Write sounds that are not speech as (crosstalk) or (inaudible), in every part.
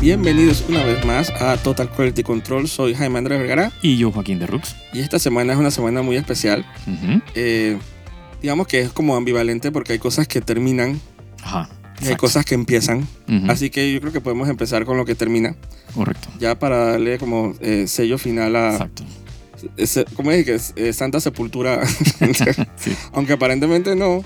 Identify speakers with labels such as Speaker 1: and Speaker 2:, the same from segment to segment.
Speaker 1: Bienvenidos una vez más a Total Quality Control. Soy Jaime Andrés Vergara
Speaker 2: Y yo, Joaquín de Rux.
Speaker 1: y esta semana es una semana muy especial.
Speaker 2: Ujú.
Speaker 1: Eh, digamos que es como ambivalente porque hay cosas que terminan
Speaker 2: Ajá.
Speaker 1: y hay
Speaker 2: Exacto.
Speaker 1: cosas que empiezan.
Speaker 2: Ujú.
Speaker 1: Así que yo creo que podemos empezar con lo que termina,
Speaker 2: Correcto.
Speaker 1: ya para darle como eh, sello final a,
Speaker 2: Exacto. (laughs)
Speaker 1: ese- ¿cómo dije? que es? Eh, Santa Sepultura. (laughs)
Speaker 2: Sí.
Speaker 1: Aunque aparentemente no.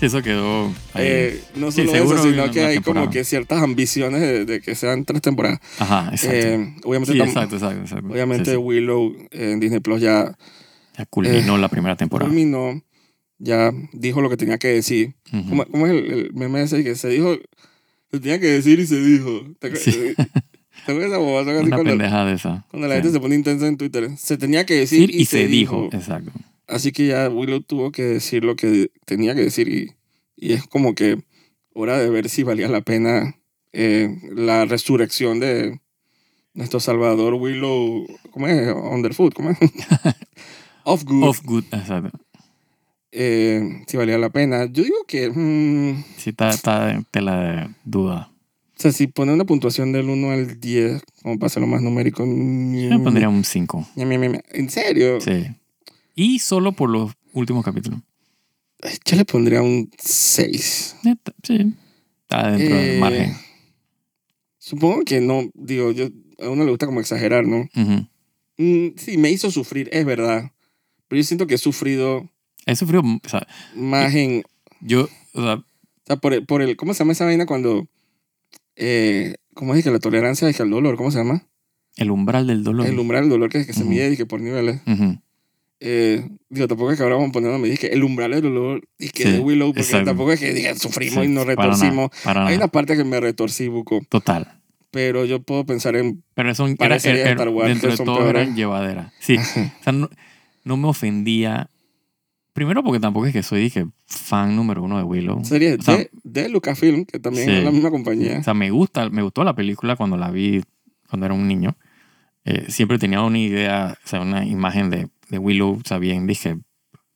Speaker 2: Sí, eso quedó. ahí.
Speaker 1: Eh, no
Speaker 2: Sí,
Speaker 1: solo
Speaker 2: seguro
Speaker 1: eso,
Speaker 2: hay
Speaker 1: sino
Speaker 2: una
Speaker 1: que hay como
Speaker 2: temporada.
Speaker 1: que ciertas ambiciones de, de que sean tres temporadas.
Speaker 2: Ajá, exacto.
Speaker 1: Eh, obviamente
Speaker 2: sí,
Speaker 1: tam-
Speaker 2: exacto, exacto, exacto.
Speaker 1: Obviamente
Speaker 2: Sí, sí.
Speaker 1: Willow eh, en Disney Plus ya
Speaker 2: Ya
Speaker 1: eh,
Speaker 2: culminó la primera temporada.
Speaker 1: terminó, ya dijo lo que tenía que decir.
Speaker 2: Ujú.
Speaker 1: ¿Cómo, cómo es el, el meme ese que se dijo? Se tenía que decir y se dijo. ¿Te, acuer- eh,
Speaker 2: Sí.
Speaker 1: ¿Te acuerdas de esa bobada que así
Speaker 2: Una
Speaker 1: cuando,
Speaker 2: pendeja de esa.
Speaker 1: cuando la
Speaker 2: Sí.
Speaker 1: gente se pone intensa en Twitter? Se tenía que decir
Speaker 2: Decir y se dijo. Exacto.
Speaker 1: Así que ya Willow tuvo que decir lo que tenía que decir y, y es como que hora de ver si valía la pena eh, la resurrección de nuestro salvador Willow, ¿cómo es? Underfoot,
Speaker 2: (laughs)
Speaker 1: ¿cómo es? Off Good,
Speaker 2: Off good. Exacto.
Speaker 1: eh, si valía la pena. Yo digo que, mm,
Speaker 2: Sí, está, está en tela de duda.
Speaker 1: o sea, si pone una puntuación del 1 al 10, como para hacerlo más numérico.
Speaker 2: Yo
Speaker 1: Mm.
Speaker 2: le pondría un 5.
Speaker 1: ¿En serio?
Speaker 2: Sí. Y solo por los últimos capítulos.
Speaker 1: Yo le pondría un 6.
Speaker 2: Neta, Sí. Está dentro
Speaker 1: Eh,
Speaker 2: del margen.
Speaker 1: Supongo que no, digo, yo, a uno le gusta como exagerar, ¿no?
Speaker 2: Ujú.
Speaker 1: Mm, sí, me hizo sufrir, es verdad. Pero yo siento que he sufrido
Speaker 2: He sufrido. O sea,
Speaker 1: más en...
Speaker 2: yo. O sea,
Speaker 1: O sea, por el, por el- ¿Cómo se llama esa vaina cuando... Eh, ¿Cómo es que la tolerancia es que el dolor? ¿Cómo se llama?
Speaker 2: el umbral del dolor.
Speaker 1: El um- umbral del dolor que, que se
Speaker 2: Ujú.
Speaker 1: mide y que por niveles.
Speaker 2: Ujú.
Speaker 1: Eh, digo, tampoco es que ahora vamos a poner una medida que el umbral del dolor y que
Speaker 2: Sí,
Speaker 1: de Willow, porque
Speaker 2: exacto.
Speaker 1: tampoco es que diga, sufrimos
Speaker 2: Sí,
Speaker 1: y nos
Speaker 2: para nada,
Speaker 1: retorcimos.
Speaker 2: para
Speaker 1: Hay
Speaker 2: nada.
Speaker 1: una parte que me retorcí, Buco,
Speaker 2: Total. pero
Speaker 1: pero yo puedo pensar en...
Speaker 2: Pero son, era,
Speaker 1: Parecería
Speaker 2: era-
Speaker 1: Star Wars,
Speaker 2: dentro
Speaker 1: que
Speaker 2: de
Speaker 1: son
Speaker 2: todo
Speaker 1: peores.
Speaker 2: eran llevaderas.
Speaker 1: (laughs)
Speaker 2: Sí, o sea, no, no me ofendía. Primero porque tampoco es que soy dije, fan número uno de Willow.
Speaker 1: Series
Speaker 2: O sea,
Speaker 1: de, de Lucasfilm, que también
Speaker 2: sí.
Speaker 1: es la misma compañía.
Speaker 2: O sea, me gusta, me gustó la película cuando la vi cuando era un niño. Eh, siempre tenía una idea, o sea, una imagen de, de Willow, o sea, bien, dije,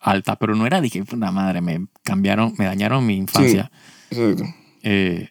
Speaker 2: alta, pero no era, dije, puta madre, me cambiaron, me dañaron mi infancia.
Speaker 1: Exacto.
Speaker 2: Eh,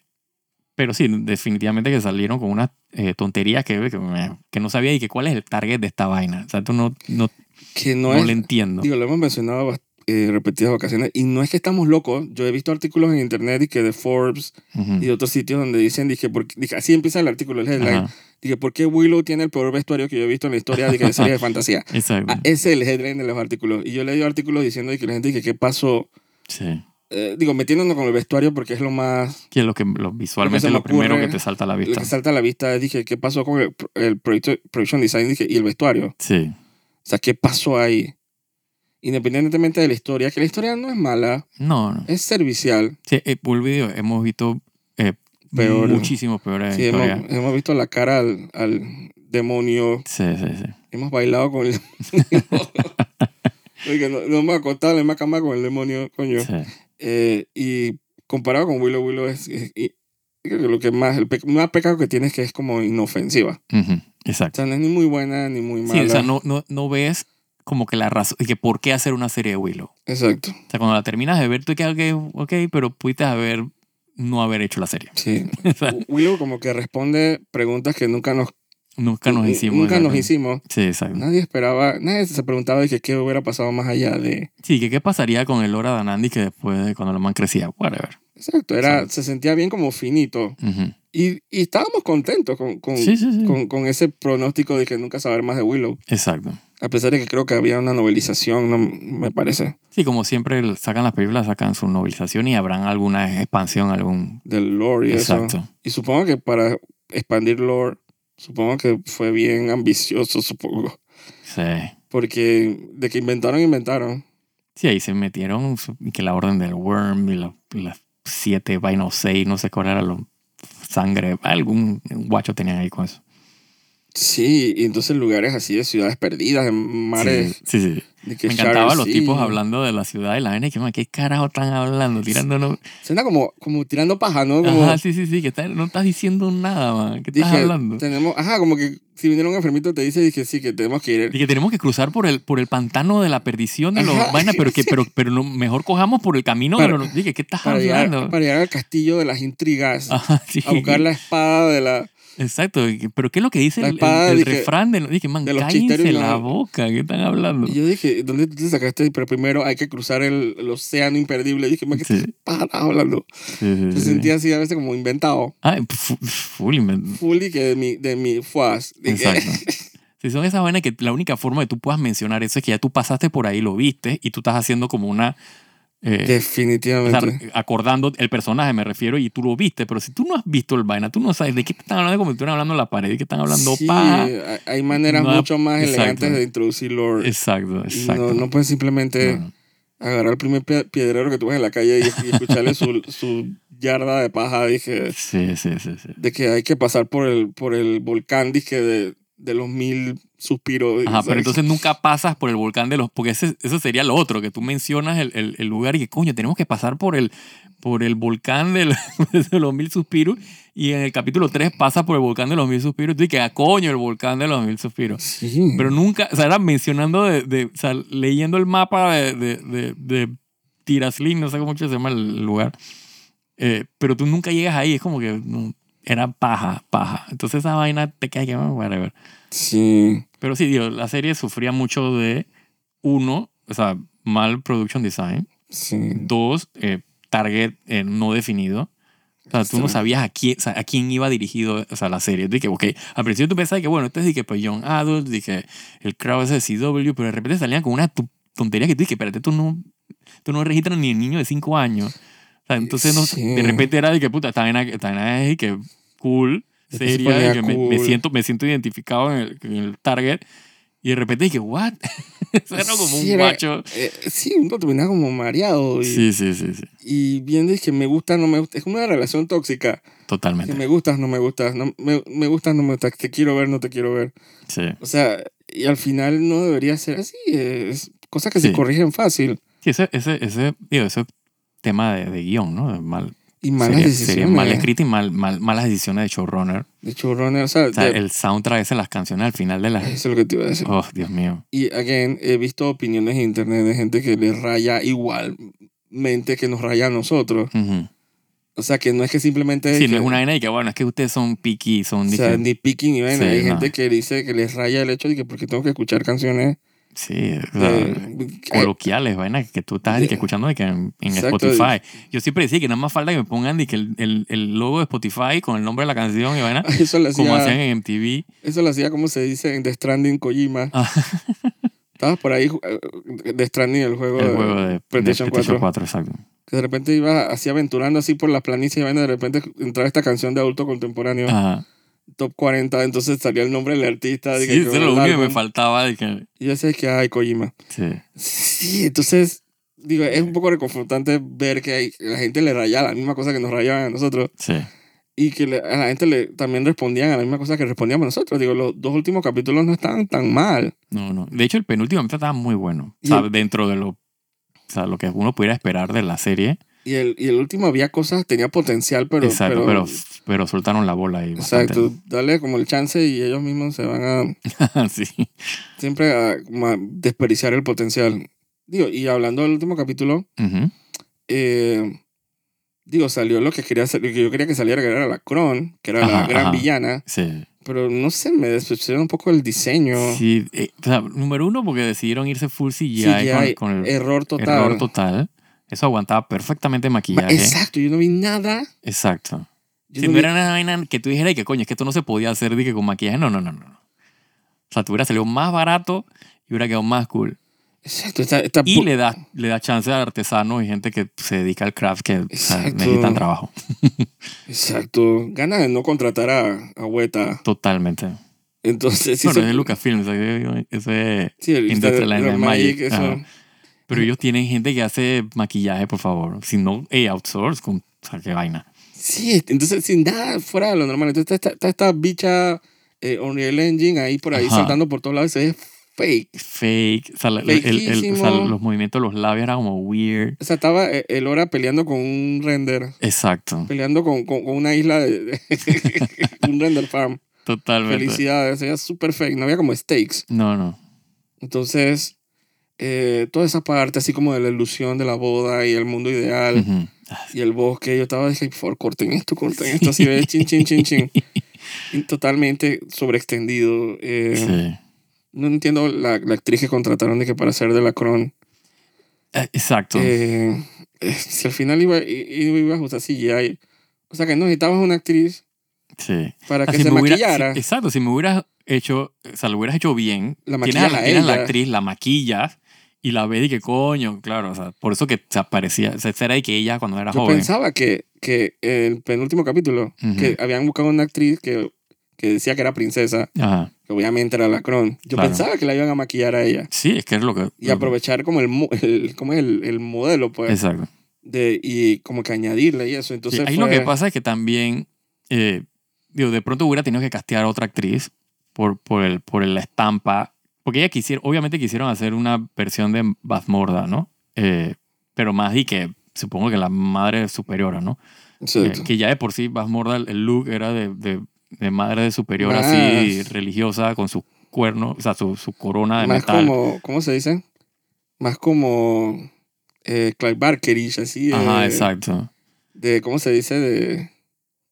Speaker 2: pero sí, definitivamente que salieron con unas eh, tonterías que, que, me- que no sabía y que cuál es el target de esta vaina. O sea, tú no, no,
Speaker 1: Que no,
Speaker 2: no,
Speaker 1: es,
Speaker 2: le entiendo.
Speaker 1: Digo, lo hemos mencionado bast- eh, repetidas ocasiones y no es que estamos locos. Yo he visto artículos en internet y que de Forbes
Speaker 2: Ujú.
Speaker 1: y de otros sitios donde dicen, dije, por, qué- dije, así empieza el artículo, el headline.
Speaker 2: Ajá,
Speaker 1: Dije, ¿por qué Willow tiene el peor vestuario que yo he visto en la historia dije, de series
Speaker 2: (laughs)
Speaker 1: de fantasía?
Speaker 2: exacto.
Speaker 1: Ah, ese es el headline de los artículos. Y yo he leído artículos diciendo que la gente dije, ¿qué pasó?
Speaker 2: sí.
Speaker 1: Eh, digo, metiéndonos con el vestuario porque es lo más...
Speaker 2: Que es lo que lo, visualmente
Speaker 1: me
Speaker 2: lo primero
Speaker 1: ocurre,
Speaker 2: que te salta a la
Speaker 1: Lo
Speaker 2: vista.
Speaker 1: que salta a la vista es, dije, ¿qué pasó con el, pro- el proyecto, production design dije, y el vestuario?
Speaker 2: Sí,
Speaker 1: O sea, ¿qué pasó ahí? Independientemente de la historia, que la historia no es mala,
Speaker 2: no, no.
Speaker 1: es servicial.
Speaker 2: Sí, eh, por el video hemos visto eh,
Speaker 1: Peor.
Speaker 2: muchísimo peores
Speaker 1: Sí, hemos,
Speaker 2: historias.
Speaker 1: hemos visto la cara al, al demonio,
Speaker 2: Sí, sí, sí.
Speaker 1: hemos bailado con el (laughs) demonio. Oiga, no, no hemos acostado en la misma cama con el demonio, coño.
Speaker 2: sí.
Speaker 1: Eh, y comparado con Willow, Willow es, es- y creo que lo que más, el pe- más pecado que tiene es que es como inofensiva.
Speaker 2: Ujú,
Speaker 1: O
Speaker 2: Exacto.
Speaker 1: sea, no es ni muy buena ni muy mala.
Speaker 2: Sí, o sea, no, no, no ves como que la razón, y que por qué hacer una serie de Willow.
Speaker 1: Exacto.
Speaker 2: O sea, cuando la terminas de ver, tú quedas, ok, ok, pero pudiste haber, no haber hecho la serie.
Speaker 1: Sí.
Speaker 2: O sea,
Speaker 1: Willow como que responde preguntas que nunca nos,
Speaker 2: nunca nos hicimos.
Speaker 1: nunca nos
Speaker 2: exacto.
Speaker 1: hicimos.
Speaker 2: Sí, exacto.
Speaker 1: Nadie esperaba, nadie se preguntaba de que qué hubiera pasado más allá de...
Speaker 2: Sí, que qué pasaría con el hora de Anandi que después, de cuando la man crecía, whatever.
Speaker 1: Exacto, era,
Speaker 2: Exacto.
Speaker 1: se sentía bien como finito.
Speaker 2: Ujú.
Speaker 1: Y, y estábamos contentos con, con,
Speaker 2: Sí, sí, sí.
Speaker 1: con, con ese pronóstico de que nunca saber más de Willow.
Speaker 2: Exacto.
Speaker 1: A pesar de que creo que había una novelización, no, me parece,
Speaker 2: Sí, como siempre sacan las películas, sacan su novelización y habrán alguna expansión, algún...
Speaker 1: del lore y eso.
Speaker 2: Exacto.
Speaker 1: Y supongo que para expandir lore, supongo que fue bien ambicioso, (laughs) supongo.
Speaker 2: Sí.
Speaker 1: Porque de que inventaron, inventaron.
Speaker 2: Sí, ahí se metieron su- y que la orden del worm y la- y las siete vainas o seis, no sé cuál era, lo, sangre, algún guacho tenían ahí con eso.
Speaker 1: Sí, y entonces lugares así de ciudades perdidas, en mares.
Speaker 2: Sí, sí, sí.
Speaker 1: de que
Speaker 2: Me encantaban
Speaker 1: Shire
Speaker 2: los
Speaker 1: Sea.
Speaker 2: tipos hablando de la ciudad y la vaina. y Que, man, ¿Qué carajo están hablando? Tirándonos.
Speaker 1: Suena como, como tirando paja, ¿no? Como,
Speaker 2: Ajá, sí, sí, sí. Que está- no estás diciendo nada, man. ¿Qué estás
Speaker 1: Dije,
Speaker 2: hablando?
Speaker 1: tenemos, ajá, como que si viniera un enfermito te dice, dije, sí, que tenemos que ir.
Speaker 2: Y que tenemos que cruzar por el, por el pantano de la perdición de
Speaker 1: Ajá.
Speaker 2: los vainas,
Speaker 1: (laughs)
Speaker 2: pero que pero, pero no, mejor cojamos por el camino
Speaker 1: Para-
Speaker 2: de los. Dije, ¿qué estás
Speaker 1: Para llegar,
Speaker 2: hablando? Ah,
Speaker 1: para llegar al castillo de las intrigas,
Speaker 2: (laughs) Ajá, sí.
Speaker 1: a buscar la espada de la...
Speaker 2: Exacto, y- pero ¿qué es lo que dice
Speaker 1: La
Speaker 2: el, el-
Speaker 1: espada,
Speaker 2: el
Speaker 1: dije,
Speaker 2: refrán? De, dije, man,
Speaker 1: de los
Speaker 2: cállense
Speaker 1: chisterios,
Speaker 2: la
Speaker 1: la-
Speaker 2: boca, ¿qué están hablando?
Speaker 1: Y yo dije, ¿dónde tú te sacaste? Pero primero hay que cruzar el, el océano imperdible. Y dije, ¿qué
Speaker 2: Sí.
Speaker 1: estás parado hablando?
Speaker 2: Sí, sí,
Speaker 1: Me
Speaker 2: sí.
Speaker 1: sentía así a veces como inventado.
Speaker 2: Ah, fu- full invent-
Speaker 1: Fully que de mi, de mi fuas. Dije,
Speaker 2: (laughs) Exacto. Si son esas vainas que la única forma de tú puedas mencionar eso es que ya tú pasaste por ahí, lo viste y tú estás haciendo como una. eh, o sea,
Speaker 1: (laughs) Definitivamente.
Speaker 2: acordando el personaje, me refiero, y tú lo viste, pero si tú no has visto el vaina, tú no sabes de qué te están hablando, como si estuvieran hablando en la pared, de qué están hablando
Speaker 1: Sí, eh,
Speaker 2: paja.
Speaker 1: hay- hay maneras
Speaker 2: No,
Speaker 1: mucho más
Speaker 2: exacto.
Speaker 1: elegantes de introducir lore.
Speaker 2: Exacto,
Speaker 1: Y
Speaker 2: exacto.
Speaker 1: No, no puedes simplemente
Speaker 2: No, no.
Speaker 1: agarrar el primer pie- piedrero que tú ves en la calle y, y escucharle
Speaker 2: (laughs)
Speaker 1: su, su yarda de paja. Dije,
Speaker 2: Sí, sí, sí, sí.
Speaker 1: de que hay que pasar por el, por el volcán, dije, de, de los mil (laughs) suspiros.
Speaker 2: Ajá,
Speaker 1: ¿sabes?
Speaker 2: pero entonces nunca pasas por el volcán de los... Porque ese, eso sería lo otro, que tú mencionas el, el- el lugar y que, coño, tenemos que pasar por el, por el volcán de, los- (laughs) de los mil suspiros y en el capítulo 3 pasa por el volcán de los mil suspiros y tú dices, "Ah, coño, el volcán de los mil suspiros.
Speaker 1: Sí.
Speaker 2: Pero nunca, o sea, era mencionando, de, de- o sea, leyendo el mapa de, de, de, de Tiraslin, no sé cómo se llama el lugar, eh, pero tú nunca llegas ahí, es como que no, era paja, paja. Entonces esa vaina te cae que, bueno, whatever.
Speaker 1: Sí.
Speaker 2: Pero sí, digo, la serie sufría mucho de, uno, o sea, mal production design.
Speaker 1: Sí.
Speaker 2: Dos, eh, target eh, no definido. O sea, tú no
Speaker 1: Sí.
Speaker 2: sabías a quién, o sea, a quién iba dirigido o sea, la serie. Dije, ok, al principio tú pensabas que, bueno, este es dije, pues Young Adult, dije, el crowd es de CW, pero de repente salían con una tu- tontería que tú dije, espérate, tú no, tú no registras ni el niño de 5 años. O sea, entonces, no,
Speaker 1: Sí.
Speaker 2: de repente era de que, puta, esta en esta vaina es que cool,
Speaker 1: Después se
Speaker 2: seria,
Speaker 1: ponía
Speaker 2: de que me, me
Speaker 1: cool.
Speaker 2: siento, me siento identificado en el, en el target. Y de repente dije, what? (laughs) Eso era como
Speaker 1: Sí,
Speaker 2: un
Speaker 1: era-
Speaker 2: guacho.
Speaker 1: Eh, sí, uno termina como mareado y,
Speaker 2: Sí, sí, sí, sí.
Speaker 1: y bien dices que me gusta, no me gusta. Es como una relación tóxica. Que
Speaker 2: Totalmente.
Speaker 1: me gustas, no me gustas, no, me, me gustas, no me gustas, te quiero ver, no te quiero ver.
Speaker 2: Sí.
Speaker 1: O sea, y al final no debería ser así. Es cosas que se
Speaker 2: Sí.
Speaker 1: corrigen fácil.
Speaker 2: Sí, ese, ese, ese, digo, ese tema de, de guión, ¿no? De mal,
Speaker 1: Y malas
Speaker 2: sería-
Speaker 1: decisiones.
Speaker 2: sería mal escrita y mal, mal- malas decisiones de showrunner.
Speaker 1: De showrunner, o sea,
Speaker 2: O sea,
Speaker 1: de-
Speaker 2: el soundtrack ese, las canciones al final de las...
Speaker 1: eso es lo que te iba a decir.
Speaker 2: Oh, Dios mío.
Speaker 1: Y, again, he visto opiniones en internet de gente que les raya igualmente que nos raya a nosotros.
Speaker 2: Ujú.
Speaker 1: O sea, que no es que simplemente...
Speaker 2: Sí,
Speaker 1: que-
Speaker 2: no es una vaina de que, bueno, es que ustedes son picky, son...
Speaker 1: O
Speaker 2: de
Speaker 1: sea,
Speaker 2: que-
Speaker 1: ni piqui ni vaina.
Speaker 2: Sí,
Speaker 1: Hay
Speaker 2: no.
Speaker 1: gente que dice que les raya el hecho de que porque tengo que escuchar canciones eh,
Speaker 2: sí, o sea,
Speaker 1: de-
Speaker 2: coloquiales, vaina que tú estás de que
Speaker 1: de-
Speaker 2: escuchando de que en, en
Speaker 1: Exacto.
Speaker 2: Spotify. Yo siempre decía que nada más falta que me pongan de que el, el- el logo de Spotify con el nombre de la canción
Speaker 1: (laughs)
Speaker 2: y vaina,
Speaker 1: Ay, Eso lo
Speaker 2: como hacían
Speaker 1: hacía,
Speaker 2: en MTV.
Speaker 1: eso lo hacía como se dice en The Stranding Kojima.
Speaker 2: Ah.
Speaker 1: (laughs) Estabas por ahí, eh, The Stranding, el juego,
Speaker 2: El
Speaker 1: de-
Speaker 2: juego de, de
Speaker 1: PlayStation
Speaker 2: PlayStation
Speaker 1: 4.
Speaker 2: 4, exacto.
Speaker 1: que de repente ibas así aventurando así por las planicies y vaina, de repente entraba esta canción de adulto contemporáneo,
Speaker 2: Ajá.
Speaker 1: Top 40, entonces salía el nombre del artista.
Speaker 2: Sí,
Speaker 1: Ah, dije,
Speaker 2: eso
Speaker 1: que
Speaker 2: era
Speaker 1: el
Speaker 2: lo único que me
Speaker 1: álbum.
Speaker 2: faltaba. de que-
Speaker 1: Y yo sé que hay Kojima.
Speaker 2: sí.
Speaker 1: Sí, entonces, digo, es un poco reconfortante ver que hay- la gente le rayaba la misma cosa que nos rayaban a nosotros
Speaker 2: sí.
Speaker 1: y que le- a la gente le, también respondían a la misma cosa que respondíamos nosotros. Digo, los dos últimos capítulos no estaban tan mal.
Speaker 2: No, no. De hecho, el penúltimo episodio estaba muy bueno. O
Speaker 1: Y
Speaker 2: sea,
Speaker 1: el-
Speaker 2: dentro de lo, o sea, lo que uno pudiera esperar de la serie.
Speaker 1: Y el, y el último había cosas, tenía potencial, pero...
Speaker 2: Exacto,
Speaker 1: pero,
Speaker 2: pero, pero, soltaron la bola ahí. bastante.
Speaker 1: exacto, dale como el chance y ellos mismos se van a...
Speaker 2: (laughs) sí.
Speaker 1: Siempre a, como a desperdiciar el potencial. Digo, y hablando del último capítulo,
Speaker 2: Ujú.
Speaker 1: eh, digo, salió lo que, quería, sal- lo que yo quería que saliera, que era la Kron, que era la
Speaker 2: Ajá,
Speaker 1: gran
Speaker 2: ajá.
Speaker 1: villana.
Speaker 2: Sí.
Speaker 1: Pero no sé, me decepciona un poco el diseño.
Speaker 2: Sí, eh, o sea, número uno, porque decidieron irse full CGI,
Speaker 1: CGI,
Speaker 2: con, con el
Speaker 1: error total.
Speaker 2: error total. Eso aguantaba perfectamente
Speaker 1: Ma-
Speaker 2: maquillaje.
Speaker 1: Exacto, yo no vi nada.
Speaker 2: Exacto.
Speaker 1: Yo
Speaker 2: si
Speaker 1: no vi-
Speaker 2: no era una vaina que tú dijeras "Ay, que coño, es que esto no se podía hacer dije, con maquillaje. No, no, no, no. O sea, te hubiera salido más barato y hubiera quedado más cool.
Speaker 1: Exacto, está, está
Speaker 2: Y
Speaker 1: bu-
Speaker 2: le da, le da chance a artesanos y gente que se dedica al craft que o sea,
Speaker 1: Exacto.
Speaker 2: necesitan trabajo.
Speaker 1: Exacto. Gana de no contratar a, a Hueta.
Speaker 2: Totalmente.
Speaker 1: Entonces, sí,
Speaker 2: bueno,
Speaker 1: se-
Speaker 2: es Lucasfilm. o sea, que- ese-
Speaker 1: sí, el-
Speaker 2: Industrial
Speaker 1: el-
Speaker 2: Light
Speaker 1: el
Speaker 2: and Magic,
Speaker 1: eso.
Speaker 2: ajá. pero ellos tienen gente que hace maquillaje, por favor. Si no, eh, outsource. Con, o sea, qué vaina.
Speaker 1: Sí, entonces, sin nada fuera de lo normal. Entonces, está, está- está esta bicha eh, Unreal Engine ahí por ahí
Speaker 2: Ajá.
Speaker 1: saltando por todos lados. Se ve fake.
Speaker 2: Fake. O sea, la- el- el- el- o sea,
Speaker 1: Fakeísimo.
Speaker 2: los movimientos de los labios eran como weird.
Speaker 1: O sea, estaba eh, el hora peleando con un render.
Speaker 2: Exacto.
Speaker 1: Peleando con, con- con una isla de, (laughs) de- un render farm.
Speaker 2: Totalmente.
Speaker 1: Felicidades, era súper fake, no había como stakes.
Speaker 2: No, no.
Speaker 1: Entonces, eh, toda esa parte así como de la ilusión de la boda y el mundo ideal
Speaker 2: Ujú. (laughs)
Speaker 1: y el bosque, yo estaba dije, por favor, corten esto, corten esto, así ves, chin, chin, chin, chin. totalmente sobreextendido. eh,
Speaker 2: Sí.
Speaker 1: No entiendo la, la actriz que contrataron de que para hacer de la Cron.
Speaker 2: Eh, Exacto.
Speaker 1: Eh, eh, si al final iba, i- iba a usar CGI. O sea que no necesitabas una actriz
Speaker 2: sí.
Speaker 1: para
Speaker 2: O sea,
Speaker 1: que
Speaker 2: Ah, si
Speaker 1: se
Speaker 2: me hubiera-
Speaker 1: maquillara.
Speaker 2: si- exacto, si me hubieras hecho, o sea, lo hubieras hecho bien,
Speaker 1: La
Speaker 2: tienes a la,
Speaker 1: maquillas a
Speaker 2: tienes a la
Speaker 1: ella.
Speaker 2: actriz, la maquillas y la ves y que coño, claro, o sea, por eso que se aparecía, o sea, era de que ella cuando era
Speaker 1: Yo
Speaker 2: joven.
Speaker 1: pensaba que, que el penúltimo capítulo,
Speaker 2: Ujú.
Speaker 1: que habían buscado una actriz que, que decía que era princesa,
Speaker 2: Ajá.
Speaker 1: que obviamente era la Cron. Yo
Speaker 2: Claro.
Speaker 1: pensaba que la iban a maquillar a ella.
Speaker 2: Sí, es que es lo que.
Speaker 1: Y aprovechar como el, mo- el, como el, el modelo, pues.
Speaker 2: Exacto.
Speaker 1: de, y como que añadirle y eso.
Speaker 2: Sí,
Speaker 1: Entonces
Speaker 2: ahí
Speaker 1: fue-
Speaker 2: lo que pasa es que también, eh, digo, de pronto hubiera tenido que castear a otra actriz por, por, el, por la estampa, porque ella quisieron, obviamente quisieron hacer una versión de Bazmorda, ¿no? Eh, pero más y que supongo que la madre superiora, ¿no? Eh,
Speaker 1: Exacto.
Speaker 2: que ya de por sí Bazmorda, el look era de, de, de madre de superior
Speaker 1: Más-
Speaker 2: así religiosa con su cuerno, o sea, su, su corona ah, de
Speaker 1: más
Speaker 2: metal.
Speaker 1: como, ¿cómo se dice? Más como eh, Clive Barkerish, así. eh,
Speaker 2: Ajá, exacto.
Speaker 1: De, ¿cómo se dice? De,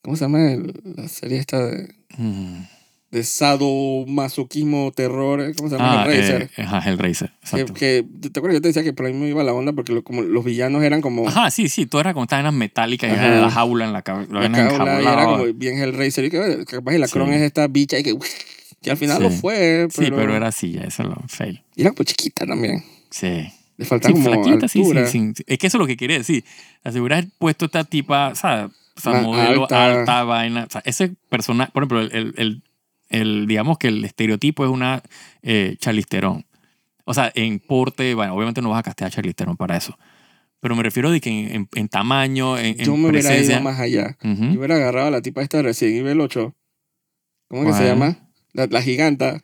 Speaker 1: ¿Cómo se llama el- la serie esta de,
Speaker 2: Mm.
Speaker 1: de sadomasoquismo, terror? eh? ¿Cómo se llama?
Speaker 2: Ah,
Speaker 1: Hellraiser.
Speaker 2: eh, ajá, Hellraiser,
Speaker 1: que,
Speaker 2: exacto.
Speaker 1: que- ¿Te acuerdas? Yo te decía que por ahí me iba la onda porque lo- como los villanos eran como...
Speaker 2: Ajá, sí, sí, tú eras como estas vainas metálicas y
Speaker 1: Ajá.
Speaker 2: eran la jaula en la cabeza.
Speaker 1: la cábala y era como bien Hellraiser. Y que capaz y la
Speaker 2: Sí.
Speaker 1: Cron es esta bicha y que... que al final
Speaker 2: Sí.
Speaker 1: lo fue,
Speaker 2: Sí, pero era así, ya, eso es lo fail.
Speaker 1: Y era pues chiquita también.
Speaker 2: Sí.
Speaker 1: Le falta
Speaker 2: Sí,
Speaker 1: como
Speaker 2: flaquita, sí, sí,
Speaker 1: altura.
Speaker 2: sí, sí. Es que eso es lo que quería decir. Asegurar puesto esta tipa, o sea, o sea,
Speaker 1: Más
Speaker 2: modelo
Speaker 1: alta.
Speaker 2: alta. vaina. O sea, ese personaje, por ejemplo, el, el, el- el- digamos que el estereotipo es una eh, Charlisterón. O sea, en porte, bueno, obviamente no vas a castear a Charlisterón para eso. Pero me refiero de que en, en- en tamaño, en, en
Speaker 1: Yo me hubiera
Speaker 2: presencia. ¿Mm?
Speaker 1: ido más allá.
Speaker 2: Ujú.
Speaker 1: Yo hubiera agarrado a la tipa esta de Resident Evil 8. ¿Cómo que se
Speaker 2: ¿Cuál?
Speaker 1: llama? La, la giganta.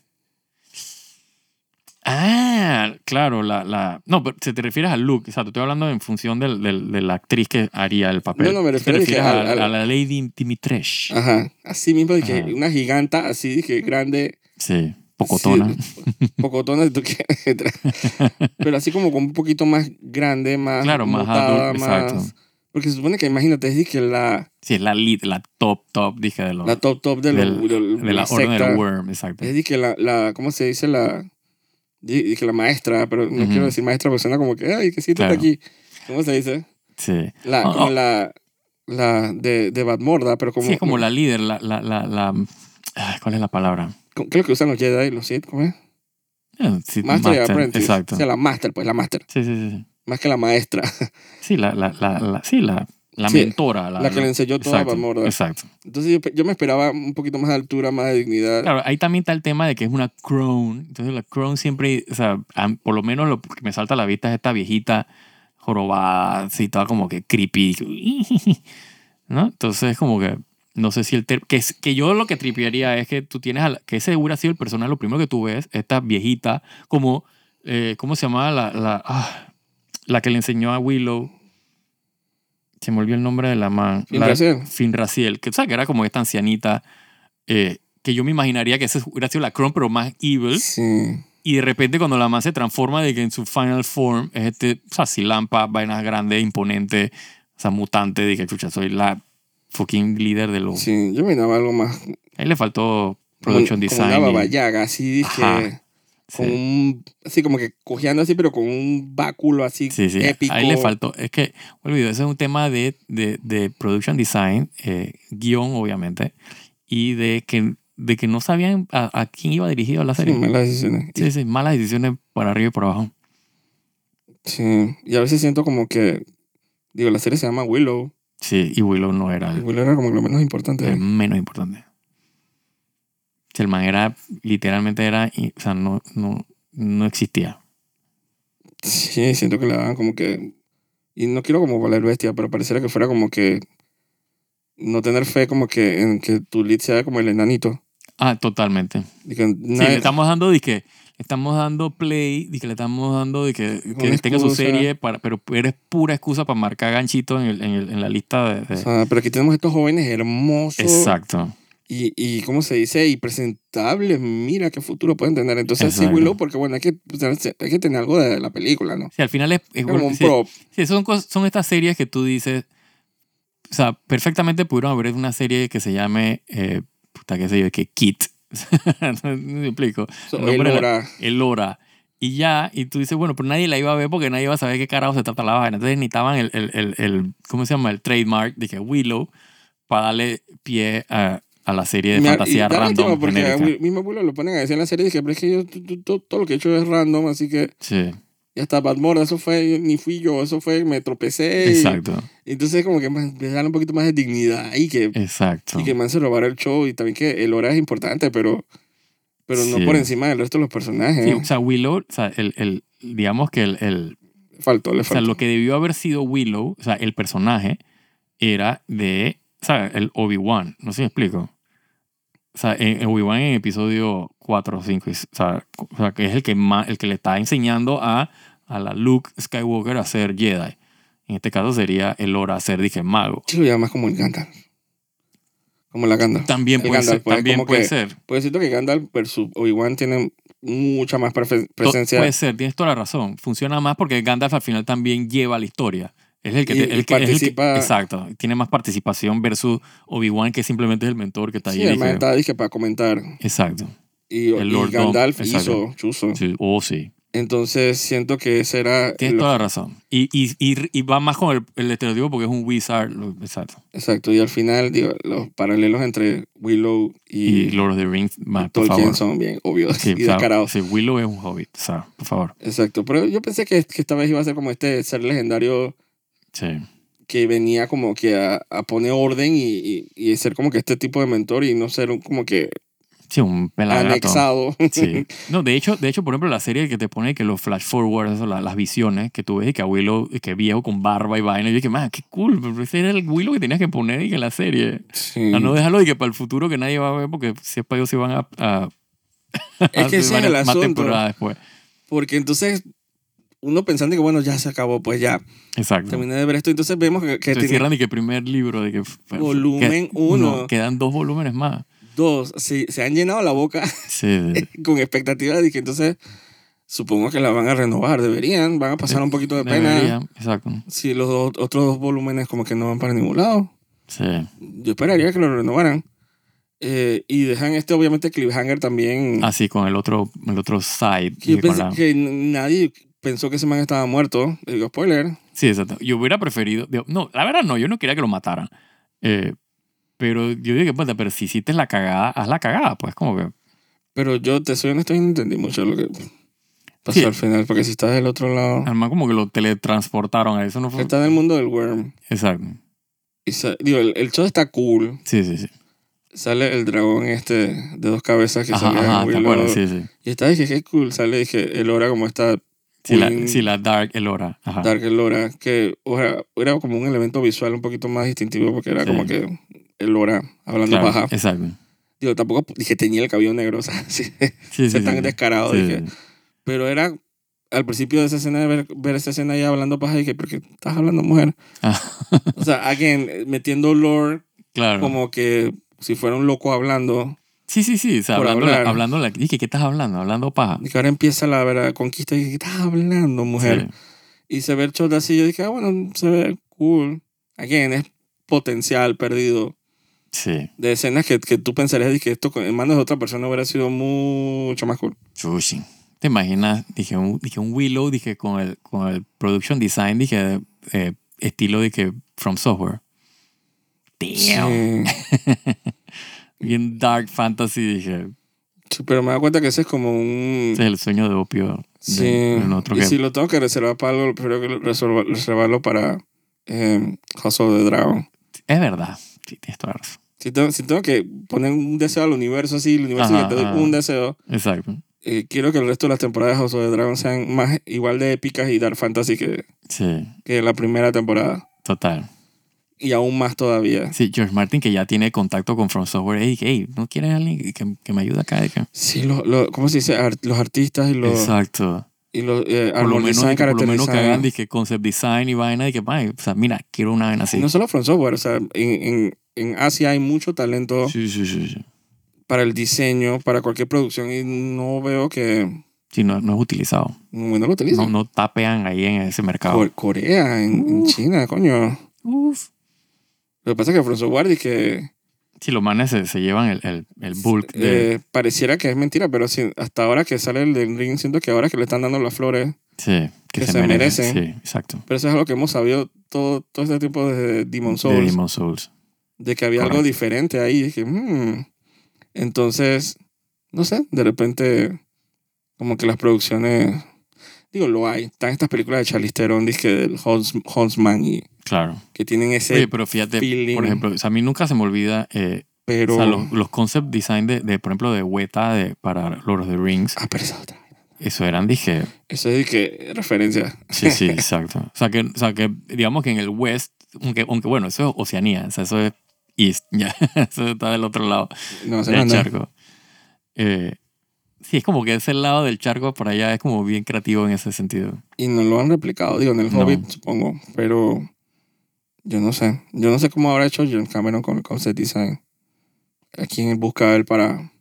Speaker 2: Ah, claro, la, la... No, pero si te refieres al look, o sea, te estoy hablando en función del, del- de la actriz que haría el papel.
Speaker 1: No, no, me
Speaker 2: Tú te
Speaker 1: refiero de que
Speaker 2: refieres
Speaker 1: al-
Speaker 2: a,
Speaker 1: al-
Speaker 2: a la Lady Dimitresh.
Speaker 1: Ajá. Así mismo de que
Speaker 2: Ajá.
Speaker 1: una giganta así dije grande.
Speaker 2: Sí, pocotona.
Speaker 1: sí, pocotona si tú (laughs) quieres. Pero así como con un poquito más grande, más
Speaker 2: claro, más
Speaker 1: montada,
Speaker 2: adulto,
Speaker 1: más-
Speaker 2: exacto.
Speaker 1: Porque se supone que imagínate, es dizque la,
Speaker 2: Sí, es la lead, la top, top, dije, de, los-
Speaker 1: la top top de, lo-
Speaker 2: del-
Speaker 1: de lo-
Speaker 2: de
Speaker 1: de
Speaker 2: la,
Speaker 1: la
Speaker 2: orden
Speaker 1: secta.
Speaker 2: del worm, exacto.
Speaker 1: Es dizque la, la, ¿cómo se dice? La, di- dizque la maestra, pero no
Speaker 2: Ujú.
Speaker 1: quiero decir maestra porque suena como que, ay, que sí, tú estás
Speaker 2: Claro.
Speaker 1: aquí. ¿Cómo se dice?
Speaker 2: Sí.
Speaker 1: La,
Speaker 2: Ah,
Speaker 1: como
Speaker 2: ah.
Speaker 1: la, la de, de Batmorda, pero como...
Speaker 2: Sí, es como la líder, la... la, la, la- ah, ¿Cuál es la palabra?
Speaker 1: ¿Qué es lo que usan los Jedi? ¿Los Sith? ¿Cómo es?
Speaker 2: Eh, sí,
Speaker 1: Master, y Apprentice.
Speaker 2: Exacto.
Speaker 1: O sea, la Master, pues, la Master.
Speaker 2: Sí, sí, sí, sí.
Speaker 1: Más que la maestra. (laughs)
Speaker 2: Sí, la, la, la, la- sí, la, la
Speaker 1: Sí,
Speaker 2: mentora. La,
Speaker 1: la que le enseñó todo a
Speaker 2: exacto,
Speaker 1: Batmorda.
Speaker 2: Exacto.
Speaker 1: Entonces yo, pe- yo me esperaba un poquito más de altura, más de dignidad.
Speaker 2: Claro, ahí también está el tema de que es una crone. Entonces la crone siempre, o sea, a- por lo menos lo que me salta a la vista es esta viejita jorobada, así toda como que creepy. (laughs) ¿No? Entonces como que, no sé si el ter- que, es- que yo lo que tripearía es que tú tienes, a la- que ese hubiera sido el personaje, lo primero que tú ves, esta viejita, como, eh, ¿cómo se llamaba? La, la, ah, la que le enseñó a Willow. Se me olvidó el nombre de la man.
Speaker 1: Finn
Speaker 2: la,
Speaker 1: Raziel.
Speaker 2: Finraciel, que, o sea, que era como esta ancianita, eh, que yo me imaginaría que ese hubiera sido la Cron, pero más evil.
Speaker 1: Sí.
Speaker 2: Y de repente cuando la man se transforma de que en su final form es este, o sea, Silampa, vainas grandes, imponente, o sea, mutante, de que, chucha, soy la fucking líder de los...
Speaker 1: Sí, yo miraba algo más... como-
Speaker 2: Ahí le faltó production
Speaker 1: como,
Speaker 2: design.
Speaker 1: una
Speaker 2: y-
Speaker 1: babayaga, así dije...
Speaker 2: Ajá,
Speaker 1: Con
Speaker 2: sí.
Speaker 1: un... Así como que cojeando así, pero con un báculo así
Speaker 2: Sí, sí.
Speaker 1: épico.
Speaker 2: Ahí le faltó. Es que, olvido, ese es un tema de, de, de production design, eh, guión, obviamente, y de que, de que no sabían a, a quién iba dirigido la
Speaker 1: Sí,
Speaker 2: serie.
Speaker 1: malas decisiones.
Speaker 2: Sí, sí, malas decisiones para arriba y para abajo.
Speaker 1: Sí, y a veces siento como que, digo, la serie se llama Willow,
Speaker 2: Sí, y Willow no era
Speaker 1: y
Speaker 2: el,
Speaker 1: Willow era como lo menos importante.
Speaker 2: el menos importante. Si El man era, literalmente era, y- o sea, no, no, no existía.
Speaker 1: Sí, siento que la daban como que, y no quiero como valer bestia, pero pareciera que fuera como que no tener fe como que en que tu lead sea como el enanito.
Speaker 2: Ah, totalmente.
Speaker 1: Y que
Speaker 2: Sí,
Speaker 1: nadie-
Speaker 2: le estamos dando, disque, le estamos dando play, que le estamos dando, de que
Speaker 1: Una
Speaker 2: tenga su
Speaker 1: excusa.
Speaker 2: serie, para, pero eres pura excusa para marcar ganchito en, el- en, el- en la lista de... de-
Speaker 1: o sea, pero aquí tenemos estos jóvenes hermosos
Speaker 2: Exacto.
Speaker 1: y, y, ¿cómo se dice? Y presentables. Mira qué futuro pueden tener. Entonces, sí,
Speaker 2: Exacto.
Speaker 1: Willow, porque bueno, hay que, hay que tener algo de la película, ¿no?
Speaker 2: Sí, al final es... es-
Speaker 1: Como un
Speaker 2: sí,
Speaker 1: prop.
Speaker 2: Sí, son, cos- son estas series que tú dices. O sea, perfectamente pudieron haber una serie que se llame eh, artista, qué sé yo, que Kit. (laughs) no me explico.
Speaker 1: So,
Speaker 2: No,
Speaker 1: él
Speaker 2: pero la-
Speaker 1: ora.
Speaker 2: el hora. Y ya, y tú dices, bueno, pero nadie la iba a ver porque nadie iba a saber qué carajo se trata la vaina. Entonces necesitaban el, el, el, el- ¿cómo se llama? El trademark, dije, Willow, para darle pie a, a la serie de
Speaker 1: Me-
Speaker 2: fantasía
Speaker 1: y da lástima
Speaker 2: random
Speaker 1: porque a
Speaker 2: genérica.
Speaker 1: mi, mi abuelo lo ponen a decir en la serie dije pero es que yo t- t- to- todo lo que he hecho es random así que
Speaker 2: Sí,
Speaker 1: ya está Bad Mora, eso fue ni fui yo eso fue me tropecé y-
Speaker 2: exacto,
Speaker 1: entonces como que más, le dan un poquito más de dignidad y que
Speaker 2: exacto.
Speaker 1: y que man se robar el show y también que el hora es importante pero pero no
Speaker 2: Sí.
Speaker 1: por encima del resto de los personajes ¿eh?
Speaker 2: Sí, o sea, Willow, o sea, el, el, digamos que el, el,
Speaker 1: faltó le
Speaker 2: O sea,
Speaker 1: faltó
Speaker 2: lo que debió haber sido Willow, o sea, el personaje, era de, ¿sabes? El Obi-Wan, no sé si me explico. O sea, en, en Obi-Wan en episodio 4, 5, y s- o sea, cu- o sea, que es el que, más, el que le está enseñando a, a la Luke Skywalker a ser Jedi. En este caso sería el Hora a ser, dije, mago.
Speaker 1: Yo lo llamo más como el Gandalf como la Gandalf
Speaker 2: También
Speaker 1: El
Speaker 2: puede ser,
Speaker 1: Gandalf, pues,
Speaker 2: también
Speaker 1: como
Speaker 2: puede
Speaker 1: que
Speaker 2: ser.
Speaker 1: pues siento que Gandalf versus Obi-Wan tienen mucha más prefe-
Speaker 2: To-
Speaker 1: presencia
Speaker 2: Puede ser, tienes toda la razón. Funciona más porque Gandalf al final también lleva la historia. Es el que,
Speaker 1: Y-
Speaker 2: te- el
Speaker 1: y
Speaker 2: que- es el que-
Speaker 1: participa-
Speaker 2: exacto, tiene más participación versus Obi-Wan que simplemente es el mentor que está ahí.
Speaker 1: sí además
Speaker 2: dije,
Speaker 1: está dije para comentar
Speaker 2: Exacto.
Speaker 1: y,
Speaker 2: El
Speaker 1: y
Speaker 2: Lord
Speaker 1: Gandalf
Speaker 2: Dom, exacto.
Speaker 1: hizo chuzo.
Speaker 2: Sí, oh, sí.
Speaker 1: Entonces siento que ese era...
Speaker 2: Tienes
Speaker 1: lo-
Speaker 2: toda la razón. Y, y, y, y va más con el, el estereotipo porque es un wizard. lo- Exacto.
Speaker 1: exacto, y al final digo, los paralelos entre Willow
Speaker 2: Y
Speaker 1: y,
Speaker 2: Lord of the Rings, ma, por
Speaker 1: Tolkien
Speaker 2: favor.
Speaker 1: son bien obvios
Speaker 2: Sí,
Speaker 1: (laughs) y
Speaker 2: o sea,
Speaker 1: descarados.
Speaker 2: sí, Willow es un hobbit, o sea, por favor.
Speaker 1: Exacto, pero yo pensé que, que esta vez iba a ser como este ser legendario
Speaker 2: Sí.
Speaker 1: que venía como que a, a poner orden y, y, y ser como que este tipo de mentor y no ser un- como que
Speaker 2: Sí, un pelagato. (laughs)
Speaker 1: anexado.
Speaker 2: Sí. No, de hecho, de hecho, por ejemplo, la serie que te pone que los flash forwards, eso, la- las visiones que tú ves y que a Willow, y que viejo con barba y vaina, y yo dije, man, qué cool, pero ese era el Willow que tenías que poner y que en la serie.
Speaker 1: Sí.
Speaker 2: A no dejarlo y que para el futuro que nadie va a ver porque sepa yo si van a... a (laughs)
Speaker 1: Es que ese es el
Speaker 2: más
Speaker 1: asunto,
Speaker 2: temporada después.
Speaker 1: porque entonces uno pensando que bueno, ya se acabó, pues ya
Speaker 2: Exacto.
Speaker 1: terminé de ver esto, entonces vemos que, que
Speaker 2: Te
Speaker 1: tenía-
Speaker 2: cierran y que primer libro de que... que-
Speaker 1: Volumen uno.
Speaker 2: Quedan dos volúmenes más.
Speaker 1: Dos, sí, se han llenado la
Speaker 2: (laughs)
Speaker 1: boca (laughs)
Speaker 2: Sí.
Speaker 1: con expectativas de que entonces supongo que la van a renovar, deberían, van a pasar un poquito de pena.
Speaker 2: Debería, Exacto.
Speaker 1: Si los dos- otros dos volúmenes como que no van para ningún lado,
Speaker 2: Sí.
Speaker 1: yo esperaría que lo renovaran. Eh, y dejan este obviamente cliffhanger también.
Speaker 2: Así con el otro, el otro side.
Speaker 1: que yo
Speaker 2: y Ah, con
Speaker 1: pensé
Speaker 2: la-
Speaker 1: que n- nadie pensó que ese man estaba muerto. Le digo, spoiler.
Speaker 2: Sí, exacto. Yo hubiera preferido. digo, no, la verdad no, yo no quería que lo mataran. Eh, pero yo dije, puta, pero si hiciste la cagada, haz la cagada, pues como que.
Speaker 1: Pero yo te soy honesto y no entendí mucho lo que pasó
Speaker 2: Sí.
Speaker 1: al final. Porque si estás del otro lado,
Speaker 2: Además, como que lo teletransportaron a eso, no fue.
Speaker 1: estás en el mundo del worm.
Speaker 2: Exacto.
Speaker 1: Y sa- digo, el, el show está cool.
Speaker 2: Sí, sí, sí.
Speaker 1: Sale el dragón este de dos cabezas que
Speaker 2: Ajá,
Speaker 1: salía en
Speaker 2: ajá, te
Speaker 1: Willow.
Speaker 2: acuerdas, sí, sí.
Speaker 1: Y está, dije, qué cool. Sale, dije, el hora como está
Speaker 2: Sí, la,
Speaker 1: Queen.
Speaker 2: sí, la Dark Elora. Ajá.
Speaker 1: Dark el hora. Que o sea, era como un elemento visual un poquito más distintivo porque era
Speaker 2: Sí.
Speaker 1: como que el hora hablando
Speaker 2: Claro,
Speaker 1: paja.
Speaker 2: Exacto.
Speaker 1: Digo, tampoco dije, tenía el cabello negro. (laughs) O sea, sí,
Speaker 2: Sí, sí,
Speaker 1: ser
Speaker 2: sí,
Speaker 1: tan
Speaker 2: sí.
Speaker 1: descarado.
Speaker 2: Sí,
Speaker 1: dije.
Speaker 2: sí, sí.
Speaker 1: Pero era al principio de esa escena, de ver, ver esa escena ahí hablando paja, dije, ¿por qué estás hablando mujer?
Speaker 2: Ah.
Speaker 1: o sea, alguien eh, metiendo lore
Speaker 2: Claro.
Speaker 1: como que si fuera un loco hablando.
Speaker 2: sí, sí, sí. O sea,
Speaker 1: por
Speaker 2: hablando,
Speaker 1: hablar.
Speaker 2: la, hablando la- Dije, ¿qué estás hablando? Hablando paja.
Speaker 1: Y que ahora empieza la verdad, conquista y dije, ¿qué estás hablando mujer?
Speaker 2: Sí.
Speaker 1: Y se ve el shot así, yo dije, ah, bueno, se ve cool. Again, es potencial perdido
Speaker 2: Sí.
Speaker 1: de escenas que, que tú pensarías dije, esto con- en manos de otra persona hubiera sido mucho más cool.
Speaker 2: Chushi. ¿Te imaginas? Dije un, dije un Willow, dije con el, con el production design, dije eh, estilo de que From Software.
Speaker 1: Sí.
Speaker 2: Damn. Bien dark fantasy, dije.
Speaker 1: Sí, pero me da cuenta que ese es como un...
Speaker 2: Ese es el sueño de opio de-
Speaker 1: Sí.
Speaker 2: de nosotros
Speaker 1: y
Speaker 2: que-
Speaker 1: si lo tengo que reservar para algo, prefiero que lo- reserva- reservarlo para eh, House of the Dragon.
Speaker 2: Es verdad. Sí, tienes toda la razón.
Speaker 1: Si tengo, si tengo que poner un deseo al universo así, el universo
Speaker 2: Ajá,
Speaker 1: que te doy
Speaker 2: ajá.
Speaker 1: un deseo,
Speaker 2: Exacto.
Speaker 1: eh, quiero que el resto de las temporadas de House of the Dragon sean más igual de épicas y dar fantasy que,
Speaker 2: Sí,
Speaker 1: que la primera temporada.
Speaker 2: total.
Speaker 1: Y aún más todavía.
Speaker 2: Sí, George Martin, que ya tiene contacto con From Software, hey, hey, ¿no quieres alguien que, que me ayude acá? Dije,
Speaker 1: Sí, lo, lo- ¿cómo se dice? Ar- los artistas y los,
Speaker 2: Exacto.
Speaker 1: y los eh,
Speaker 2: Por lo, menos,
Speaker 1: armonizan,
Speaker 2: por lo menos que hagan
Speaker 1: caracterizan.
Speaker 2: dije, concept design y vaina, y que, o sea, mira, quiero una vaina así.
Speaker 1: No solo From Software, o sea, en, en, en Asia hay mucho talento.
Speaker 2: Sí, sí, sí, sí.
Speaker 1: para el diseño, para cualquier producción y no veo que
Speaker 2: Sí, no, no es utilizado.
Speaker 1: no lo
Speaker 2: No,
Speaker 1: utilizan.
Speaker 2: no tapean ahí en ese mercado.
Speaker 1: Cor- Corea, en, en
Speaker 2: Uf.
Speaker 1: China, coño.
Speaker 2: Uf.
Speaker 1: Lo que pasa es que François Guardi que
Speaker 2: si los manes se, se llevan el, el, el bulk de...
Speaker 1: Eh, pareciera que es mentira, pero si- hasta ahora que sale el del ring, siento que ahora que le están dando las flores,
Speaker 2: sí, que,
Speaker 1: que
Speaker 2: se,
Speaker 1: se
Speaker 2: merecen.
Speaker 1: merecen.
Speaker 2: Sí, exacto.
Speaker 1: pero eso es algo que hemos sabido todo, todo este tiempo desde Demon Souls,
Speaker 2: De
Speaker 1: de,
Speaker 2: Demon Souls.
Speaker 1: que había algo
Speaker 2: Correcto.
Speaker 1: diferente ahí. Y dije, "Mm". Entonces, no sé, de repente, como que las producciones, digo, lo hay. Están estas películas de Charlize Theron, dizque del Hunts- Huntsman, y
Speaker 2: Claro.
Speaker 1: que tienen ese
Speaker 2: Oye, pero fíjate,
Speaker 1: feeling,
Speaker 2: por ejemplo, o sea, a mí nunca se me olvida eh,
Speaker 1: pero...
Speaker 2: o sea, los, los concept design de, de, por ejemplo, de Weta de, para Lord of the Rings.
Speaker 1: Ah, pero esa es otra.
Speaker 2: Eso eran, dije,
Speaker 1: Eso es de que referencia.
Speaker 2: Sí,
Speaker 1: (laughs)
Speaker 2: sí, exacto. O sea, que, o sea, que digamos que en el West, aunque, aunque bueno, eso es Oceanía, o sea, eso es East, ya, (laughs) eso está del otro lado
Speaker 1: No,
Speaker 2: del
Speaker 1: Zelanda.
Speaker 2: charco. Eh, sí, es como que ese lado del charco por allá es como bien creativo en ese sentido.
Speaker 1: Y no lo han replicado, digo, en el
Speaker 2: No.
Speaker 1: Hobbit, supongo. Pero yo no sé. Yo no sé cómo habrá hecho John Cameron con el concept design. ¿A quién busca él para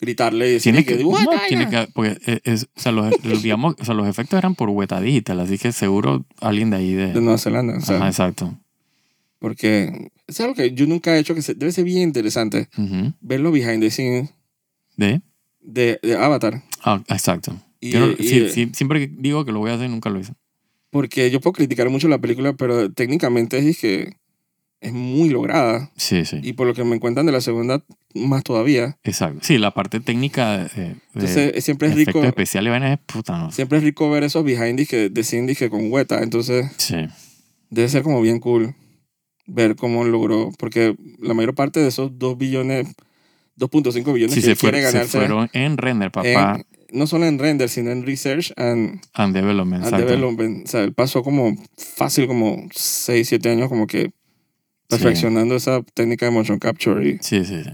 Speaker 1: gritarle y decirle
Speaker 2: Tiene
Speaker 1: que...
Speaker 2: que,
Speaker 1: "What,
Speaker 2: no,
Speaker 1: Diana?"
Speaker 2: tiene que porque eh, es, o sea, los, los- digamos, o sea, los efectos eran por Weta Digital, así que seguro alguien de ahí
Speaker 1: De
Speaker 2: de...
Speaker 1: Nueva Zelanda. O sea,
Speaker 2: Ajá, exacto.
Speaker 1: porque es algo que yo nunca he hecho, que se- debe ser bien interesante.
Speaker 2: Ujú.
Speaker 1: Ver los behind the scenes
Speaker 2: De...
Speaker 1: de, de Avatar.
Speaker 2: Ah, exacto.
Speaker 1: Y,
Speaker 2: Yo no-
Speaker 1: y-
Speaker 2: sí, sí, siempre que digo que lo voy a hacer, nunca lo hice.
Speaker 1: Porque yo puedo criticar mucho la película, pero técnicamente es que es muy lograda.
Speaker 2: Sí, sí.
Speaker 1: Y por lo que me cuentan de la segunda, más todavía.
Speaker 2: Exacto. Sí, la parte técnica de, de
Speaker 1: Entonces, es- siempre es
Speaker 2: efectos
Speaker 1: rico.
Speaker 2: especiales van a puta, ¿no?
Speaker 1: Siempre es rico ver esos behind the que- the scenes que con Weta. Entonces,
Speaker 2: Sí,
Speaker 1: debe ser como bien cool ver cómo logró. Porque la mayor parte de esos 2 billones, 2.5 billones
Speaker 2: sí
Speaker 1: que
Speaker 2: se,
Speaker 1: él quiere
Speaker 2: fueron- se
Speaker 1: ganarse,
Speaker 2: fueron en render, papá,
Speaker 1: en- no solo en render, sino en research and,
Speaker 2: and development.
Speaker 1: and
Speaker 2: exacto.
Speaker 1: development. O sea, él pasó como fácil, como 6, 7 años, como que perfeccionando esa técnica de motion capture. Y,
Speaker 2: Sí, sí, sí.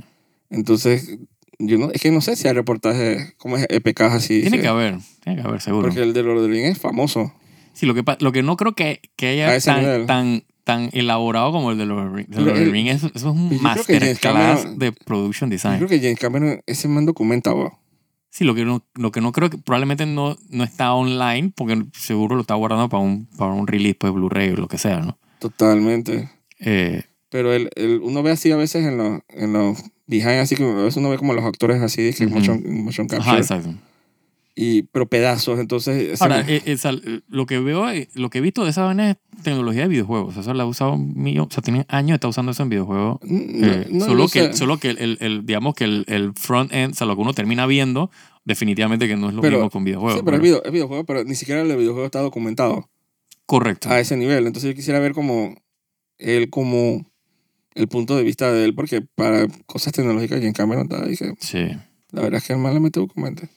Speaker 1: entonces, yo no, es que no sé si hay reportajes como es EPKs así.
Speaker 2: Tiene
Speaker 1: sí.
Speaker 2: que haber, tiene que haber, seguro.
Speaker 1: Porque el de Lord of the Rings es famoso.
Speaker 2: sí, lo que, pa- lo que no creo que, que
Speaker 1: A
Speaker 2: haya
Speaker 1: ese
Speaker 2: tan,
Speaker 1: nivel.
Speaker 2: tan, tan elaborado como el de Lord of the Ring- de Lord of the
Speaker 1: El-
Speaker 2: Ring, eso, eso es
Speaker 1: yo creo
Speaker 2: un
Speaker 1: que James
Speaker 2: masterclass
Speaker 1: Cameron-
Speaker 2: de production
Speaker 1: Yo
Speaker 2: design.
Speaker 1: creo que James Cameron, ese man documentaba.
Speaker 2: Sí, lo que no, lo que no creo que probablemente no, no está online, porque seguro lo está guardando para un, para un release, pues Blu-ray o lo que sea, ¿no?
Speaker 1: Totalmente.
Speaker 2: Eh,
Speaker 1: Pero el, el- uno ve así a veces en los, en los behind, así que a veces uno ve como los actores así, de que
Speaker 2: Ujú.
Speaker 1: motion, motion capture.
Speaker 2: ajá, exacto.
Speaker 1: y, pero pedazos, entonces. ese
Speaker 2: Ahora,
Speaker 1: man-
Speaker 2: eh, eh, sal- eh, lo que veo, eh, lo que he visto de esa vaina es tecnología de videojuegos. Eso la ha usado mío, o sea, tienen años de estar usando eso en videojuegos. Eh,
Speaker 1: mm, no, no
Speaker 2: solo,
Speaker 1: lo
Speaker 2: que,
Speaker 1: sé.
Speaker 2: solo que el, el- el- digamos que el, el front end, o sea, lo que uno termina viendo, definitivamente que no es lo
Speaker 1: Pero-
Speaker 2: mismo con videojuegos.
Speaker 1: sí, pero es,
Speaker 2: ¿verdad?
Speaker 1: video- es videojuego, pero ni siquiera el videojuego está documentado
Speaker 2: Correcto.
Speaker 1: a ese nivel. Entonces yo quisiera ver como él, como el punto de vista de él, porque para cosas tecnológicas James Cameron está, dije,
Speaker 2: Sí,
Speaker 1: la verdad es que el man le mete documentos.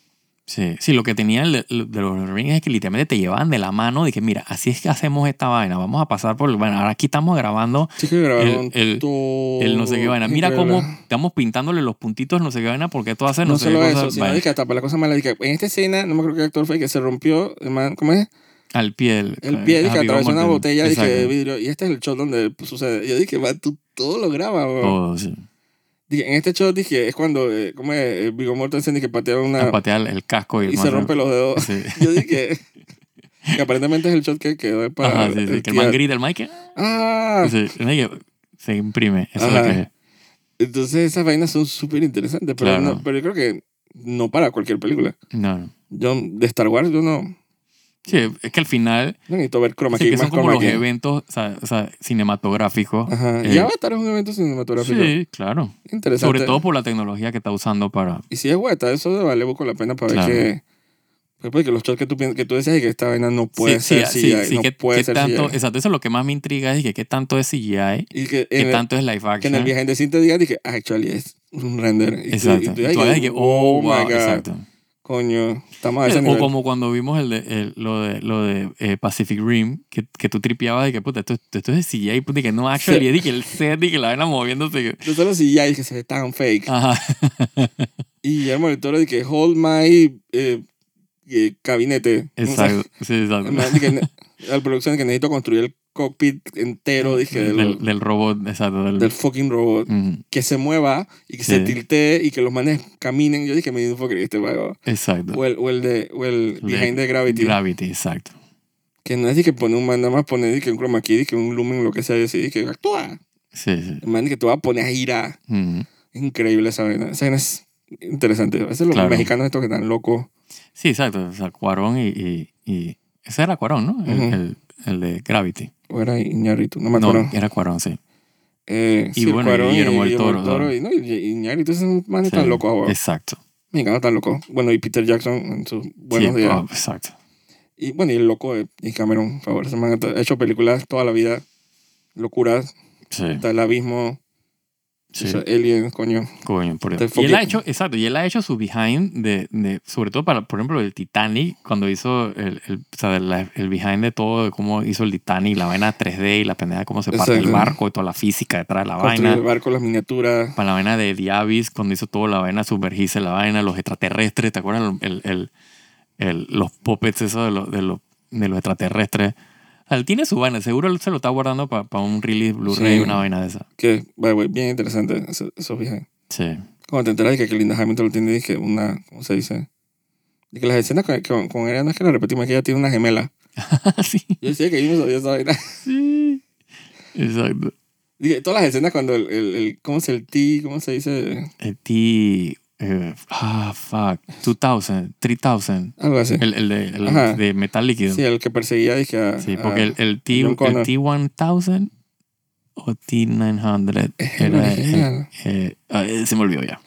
Speaker 2: sí. Sí, lo que tenía el de, lo- de los rings es que literalmente te llevaban de la mano y que mira, así es que hacemos esta vaina. Vamos a pasar por. Bueno, ahora aquí estamos grabando
Speaker 1: Sí que grabaron
Speaker 2: El- el-
Speaker 1: todo.
Speaker 2: el no sé qué vaina. Mira
Speaker 1: Oh, increíble.
Speaker 2: cómo estamos pintándole los puntitos, no sé qué vaina, porque esto hace
Speaker 1: No,
Speaker 2: no, sé qué
Speaker 1: solo
Speaker 2: cosa.
Speaker 1: eso, sino
Speaker 2: vaina.
Speaker 1: de que hasta para la cosa mala, de que en esta escena, no me acuerdo qué actor fue, que se rompió, el man, ¿cómo es?
Speaker 2: Al pie.
Speaker 1: El pie, de
Speaker 2: ajá,
Speaker 1: que
Speaker 2: Viggo
Speaker 1: atravesó una
Speaker 2: Mortensen.
Speaker 1: botella de, que
Speaker 2: Exacto.
Speaker 1: de vidrio, y este es el shot donde sucede. Yo dije, va, tú todo lo grabas, weón.
Speaker 2: Todo, sí.
Speaker 1: Dije, en este shot dije, es cuando, eh, ¿cómo es? Eh, Viggo Mortensen y que patearon
Speaker 2: A
Speaker 1: una
Speaker 2: patear el casco y, el
Speaker 1: Ah, y se
Speaker 2: man-
Speaker 1: rompe los dedos. (laughs)
Speaker 2: Sí.
Speaker 1: Yo dije, que aparentemente es el shot que quedó para...
Speaker 2: Ajá, sí, sí,
Speaker 1: el
Speaker 2: que el man
Speaker 1: tía-
Speaker 2: grita, el Mike.
Speaker 1: ah,
Speaker 2: Sí, el Mike se imprime. Eso es
Speaker 1: Ajá.
Speaker 2: lo que es.
Speaker 1: entonces esas vainas son súper interesantes, pero,
Speaker 2: Claro.
Speaker 1: no- pero yo creo que no para cualquier película.
Speaker 2: No, no.
Speaker 1: Yo, de Star Wars, yo no, no
Speaker 2: Sí, es que al final,
Speaker 1: necesito ver croma
Speaker 2: sí,
Speaker 1: key,
Speaker 2: que son
Speaker 1: más
Speaker 2: como
Speaker 1: croma
Speaker 2: los
Speaker 1: key.
Speaker 2: eventos o sea, o sea, cinematográficos.
Speaker 1: Ajá.
Speaker 2: Eh,
Speaker 1: y Avatar es un evento cinematográfico.
Speaker 2: Sí, claro.
Speaker 1: Interesante.
Speaker 2: Sobre todo por la tecnología que está usando para.
Speaker 1: Y si es hueta, eso de vale busco la pena para
Speaker 2: Claro.
Speaker 1: ver que. pues, Porque los shots que tú, piensas- que tú decías que esta vaina no puede ser
Speaker 2: sí, ah,
Speaker 1: CGI,
Speaker 2: sí,
Speaker 1: no
Speaker 2: que,
Speaker 1: puede
Speaker 2: que
Speaker 1: ser
Speaker 2: tanto,
Speaker 1: CGI.
Speaker 2: Exacto, eso es lo que más me intriga: es que qué tanto es CGI,
Speaker 1: Y que
Speaker 2: qué
Speaker 1: en, el,
Speaker 2: tanto es live
Speaker 1: que en el
Speaker 2: action.
Speaker 1: viaje de cinta digas, dije, actually, es un render. Y tú-
Speaker 2: Exacto.
Speaker 1: Y tú,
Speaker 2: Y
Speaker 1: dices
Speaker 2: tú hagas que, oh, wow, exacto.
Speaker 1: coño, estamos a
Speaker 2: Eh,
Speaker 1: Ah, ese
Speaker 2: O
Speaker 1: nivel.
Speaker 2: como cuando vimos el de, el- lo de, lo de eh, Pacific Rim, que, que tú tripeabas de que, puta, esto, esto es pues, de CGI, puta, y que no, actually, y que el set y que la vaina moviéndose. que-
Speaker 1: Yo solo CGI que se ve tan fake.
Speaker 2: Ajá.
Speaker 1: (laughs) Y Guillermo del Toro dije, hold my eh, eh, gabinete. O sea, (laughs)
Speaker 2: Exacto. Sí, exacto.
Speaker 1: me- dije, ne- la producción que necesito construir el cockpit entero, dije, del,
Speaker 2: Mm, Del, del robot, exacto. Del,
Speaker 1: del fucking robot.
Speaker 2: Ujú,
Speaker 1: que se mueva y que se
Speaker 2: Sí.
Speaker 1: tiltee y que los manes caminen. Yo dije, me dio un fucking este vago.
Speaker 2: exacto.
Speaker 1: O el, o el de o el
Speaker 2: Le-
Speaker 1: Behind the Gravity.
Speaker 2: Gravity, exacto.
Speaker 1: que no es de que pone un man, nada más pone de que un chroma key, de que un lumen, lo que sea, y así, de que actúa.
Speaker 2: Sí, sí.
Speaker 1: El man que te va a poner a girar.
Speaker 2: Ujú.
Speaker 1: Es increíble esa vaina. Esa vaina es interesante. A veces los
Speaker 2: Claro.
Speaker 1: mexicanos estos que están locos.
Speaker 2: Sí, exacto. O sea, Cuarón y, y, y- Ese era Cuarón, ¿no? El,
Speaker 1: Ujú.
Speaker 2: el- el de Gravity.
Speaker 1: O era Iñárritu, no me
Speaker 2: No,
Speaker 1: acuerdo.
Speaker 2: era Cuarón, sí.
Speaker 1: Eh,
Speaker 2: y
Speaker 1: Sir
Speaker 2: bueno, y
Speaker 1: Cuarón
Speaker 2: Guillermo del Toro, ¿no?
Speaker 1: Y, no, y Iñárritu, esos manes
Speaker 2: Sí,
Speaker 1: están locos ahora.
Speaker 2: Exacto.
Speaker 1: Mexicanos están locos. Bueno, y Peter Jackson en sus buenos
Speaker 2: Sí,
Speaker 1: días.
Speaker 2: ah, exacto.
Speaker 1: Y bueno, y el loco de y Cameron, por favor. Ese man ha hecho películas toda la vida. Locuras,
Speaker 2: Sí,
Speaker 1: hasta el abismo,
Speaker 2: sí.
Speaker 1: o sea, Alien, coño.
Speaker 2: Coño, por
Speaker 1: Te
Speaker 2: Dios. Y él ha
Speaker 1: enfoque-
Speaker 2: hecho, exacto, y él ha hecho su behind de, de- sobre todo para, por ejemplo, el Titanic, cuando hizo el, el, o sea, la- el behind de todo, de cómo hizo el Titanic, la vaina 3D y la pendeja, cómo se parte el
Speaker 1: Exacto.
Speaker 2: barco y toda la física detrás de la
Speaker 1: Construir el
Speaker 2: vaina.
Speaker 1: barco, las miniaturas.
Speaker 2: Para la vaina de Diavis, cuando hizo toda la vaina, sumergirse la vaina, los extraterrestres, ¿te acuerdas? El, el- el- los puppets esos de los, de los, de los extraterrestres. O sea, él tiene su vaina, seguro él se lo está guardando para un release Blu-ray,
Speaker 1: Sí.
Speaker 2: una vaina de esa.
Speaker 1: Que, by the way, bien interesante eso- esos viajes.
Speaker 2: (laughs) Sí.
Speaker 1: Cuando te enteras de que Linda Hamilton tiene dije, una, ¿cómo se dice? De que las escenas con, con, con ella no es que la repetimos, es que ella tiene una gemela.
Speaker 2: Ah, sí.
Speaker 1: Yo decía que yo no sabía esa vaina. (laughs)
Speaker 2: Sí. Exacto.
Speaker 1: Dije, todas las escenas cuando el, el, el ¿cómo se el T, cómo se dice?
Speaker 2: El T. eh, ah, fuck. 2000, 3000.
Speaker 1: Algo así.
Speaker 2: El, el de, el
Speaker 1: Ajá.
Speaker 2: de metal líquido.
Speaker 1: sí,
Speaker 2: Sí,
Speaker 1: el que perseguía, dije, a,
Speaker 2: porque
Speaker 1: a-
Speaker 2: el, el, T,
Speaker 1: a John
Speaker 2: el
Speaker 1: Connor.
Speaker 2: T1000 o T900
Speaker 1: Es el
Speaker 2: era.
Speaker 1: original.
Speaker 2: eh, eh, ah, eh, se me olvidó ya.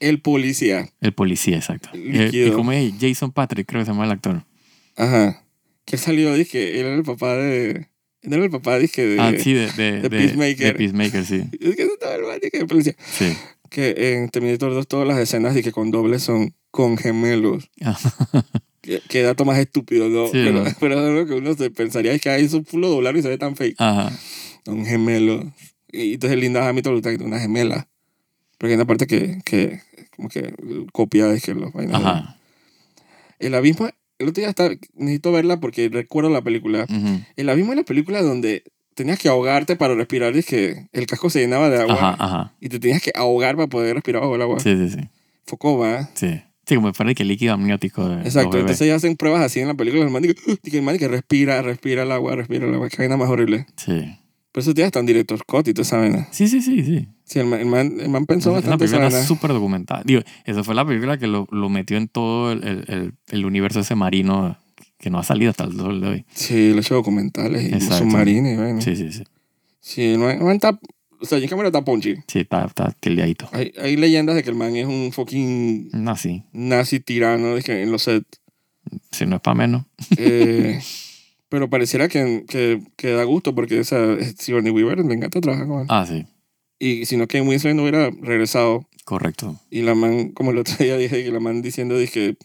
Speaker 1: el policía.
Speaker 2: El policía, exacto.
Speaker 1: El
Speaker 2: Eh,
Speaker 1: líquido.
Speaker 2: eh, ¿Cómo es? Jason Patrick, creo que se llama el actor.
Speaker 1: Ajá. Que salió, dije, él era el papá de... Él era el papá, dije, de...
Speaker 2: ah, sí, de, de,
Speaker 1: (laughs) de
Speaker 2: de-
Speaker 1: Peacemaker.
Speaker 2: de Peacemaker, sí.
Speaker 1: Es que eso estaba el man, dije, el policía. (laughs)
Speaker 2: Sí.
Speaker 1: Que en Terminator 2 todas las escenas, dije, con dobles son con gemelos. Qué, qué dato más estúpido, ¿no?
Speaker 2: Sí,
Speaker 1: pero,
Speaker 2: ¿no?
Speaker 1: pero es lo que uno se pensaría es que hay eso pulo doblar y se ve tan fake.
Speaker 2: Ajá.
Speaker 1: Un gemelo. Y entonces Linda Hamilton lo está una gemela. Porque hay una parte que, que como que copia es que los vainas.
Speaker 2: Ajá.
Speaker 1: El abismo, el otro día está, necesito verla porque recuerdo la película.
Speaker 2: Ujú.
Speaker 1: El abismo es la película donde tenías que ahogarte para respirar y es que el casco se llenaba de agua.
Speaker 2: Ajá, ajá.
Speaker 1: Y te tenías que ahogar para poder respirar bajo el agua.
Speaker 2: Sí, sí, sí.
Speaker 1: Focoba.
Speaker 2: Sí. Sí, como fuera que líquido amniótico. De los
Speaker 1: Exacto,
Speaker 2: bebés.
Speaker 1: entonces ellos hacen pruebas así en la película. El man dice, "Ugh", dice, el man que respira, respira el agua, respira el agua. Qué vaina más horrible.
Speaker 2: Sí.
Speaker 1: Por eso tienes tan director Scott y toda esa vaina.
Speaker 2: Sí, sí, sí, sí.
Speaker 1: Sí, el man, el man, el man pensó
Speaker 2: Esa- esa
Speaker 1: bastante esa
Speaker 2: película está
Speaker 1: vaina.
Speaker 2: súper documentada. Digo, esa fue la película que lo, lo metió en todo el, el- el- el universo ese marino que no ha salido hasta el sol de hoy.
Speaker 1: Sí, lo hecho documentales y
Speaker 2: Exacto.
Speaker 1: submarinos y vaina. Sí,
Speaker 2: Sí, sí, sí.
Speaker 1: el man, el man está... O sea, Jim Cameron está ponchi.
Speaker 2: Sí, está, está tildeadito.
Speaker 1: Hay, hay leyendas de que el man es un fucking
Speaker 2: No, sí.
Speaker 1: nazi tirano de que en los sets.
Speaker 2: Si no es para menos.
Speaker 1: Eh, pero pareciera que, que, que da gusto porque o sea, Sigourney Weaver me encanta trabajar con él.
Speaker 2: Ah, sí.
Speaker 1: Y si no, Kate Winslet no hubiera regresado
Speaker 2: Correcto.
Speaker 1: Y la man, como el otro día dije, y la man diciendo, dije,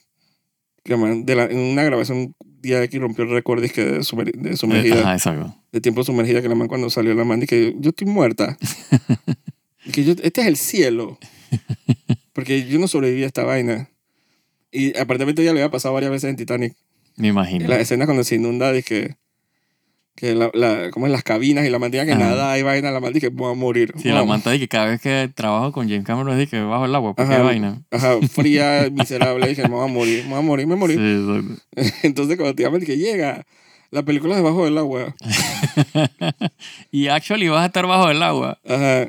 Speaker 1: que la man, de la- en una grabación un día X rompió el récord dizque, de, sumer- de
Speaker 2: Eh,
Speaker 1: sumergida,
Speaker 2: ajá, exacto.
Speaker 1: de tiempo sumergida, que la man cuando salió, la man dije, yo estoy
Speaker 2: (laughs)
Speaker 1: muerta. que yo, este es el cielo. Porque yo no sobreviví a esta vaina. Y aparentemente ya le había pasado varias veces en Titanic.
Speaker 2: Me imagino.
Speaker 1: En las escenas cuando se inunda, dije, que la, la, como en las cabinas y la man tenía que
Speaker 2: Ajá.
Speaker 1: nada y vaina, la man dije, voy a morir.
Speaker 2: Sí, la
Speaker 1: Vamos.
Speaker 2: manta de que cada vez que trabajo con James Cameron es de que bajo el agua, porque
Speaker 1: Ajá.
Speaker 2: vaina.
Speaker 1: Ajá, fría, miserable, dije, me voy a morir, me voy a morir, me morí.
Speaker 2: Sí, exacto.
Speaker 1: Entonces, cuando te llaman, que llega. La película es debajo del agua.
Speaker 2: (laughs) y actually vas a estar bajo el agua.
Speaker 1: Ajá.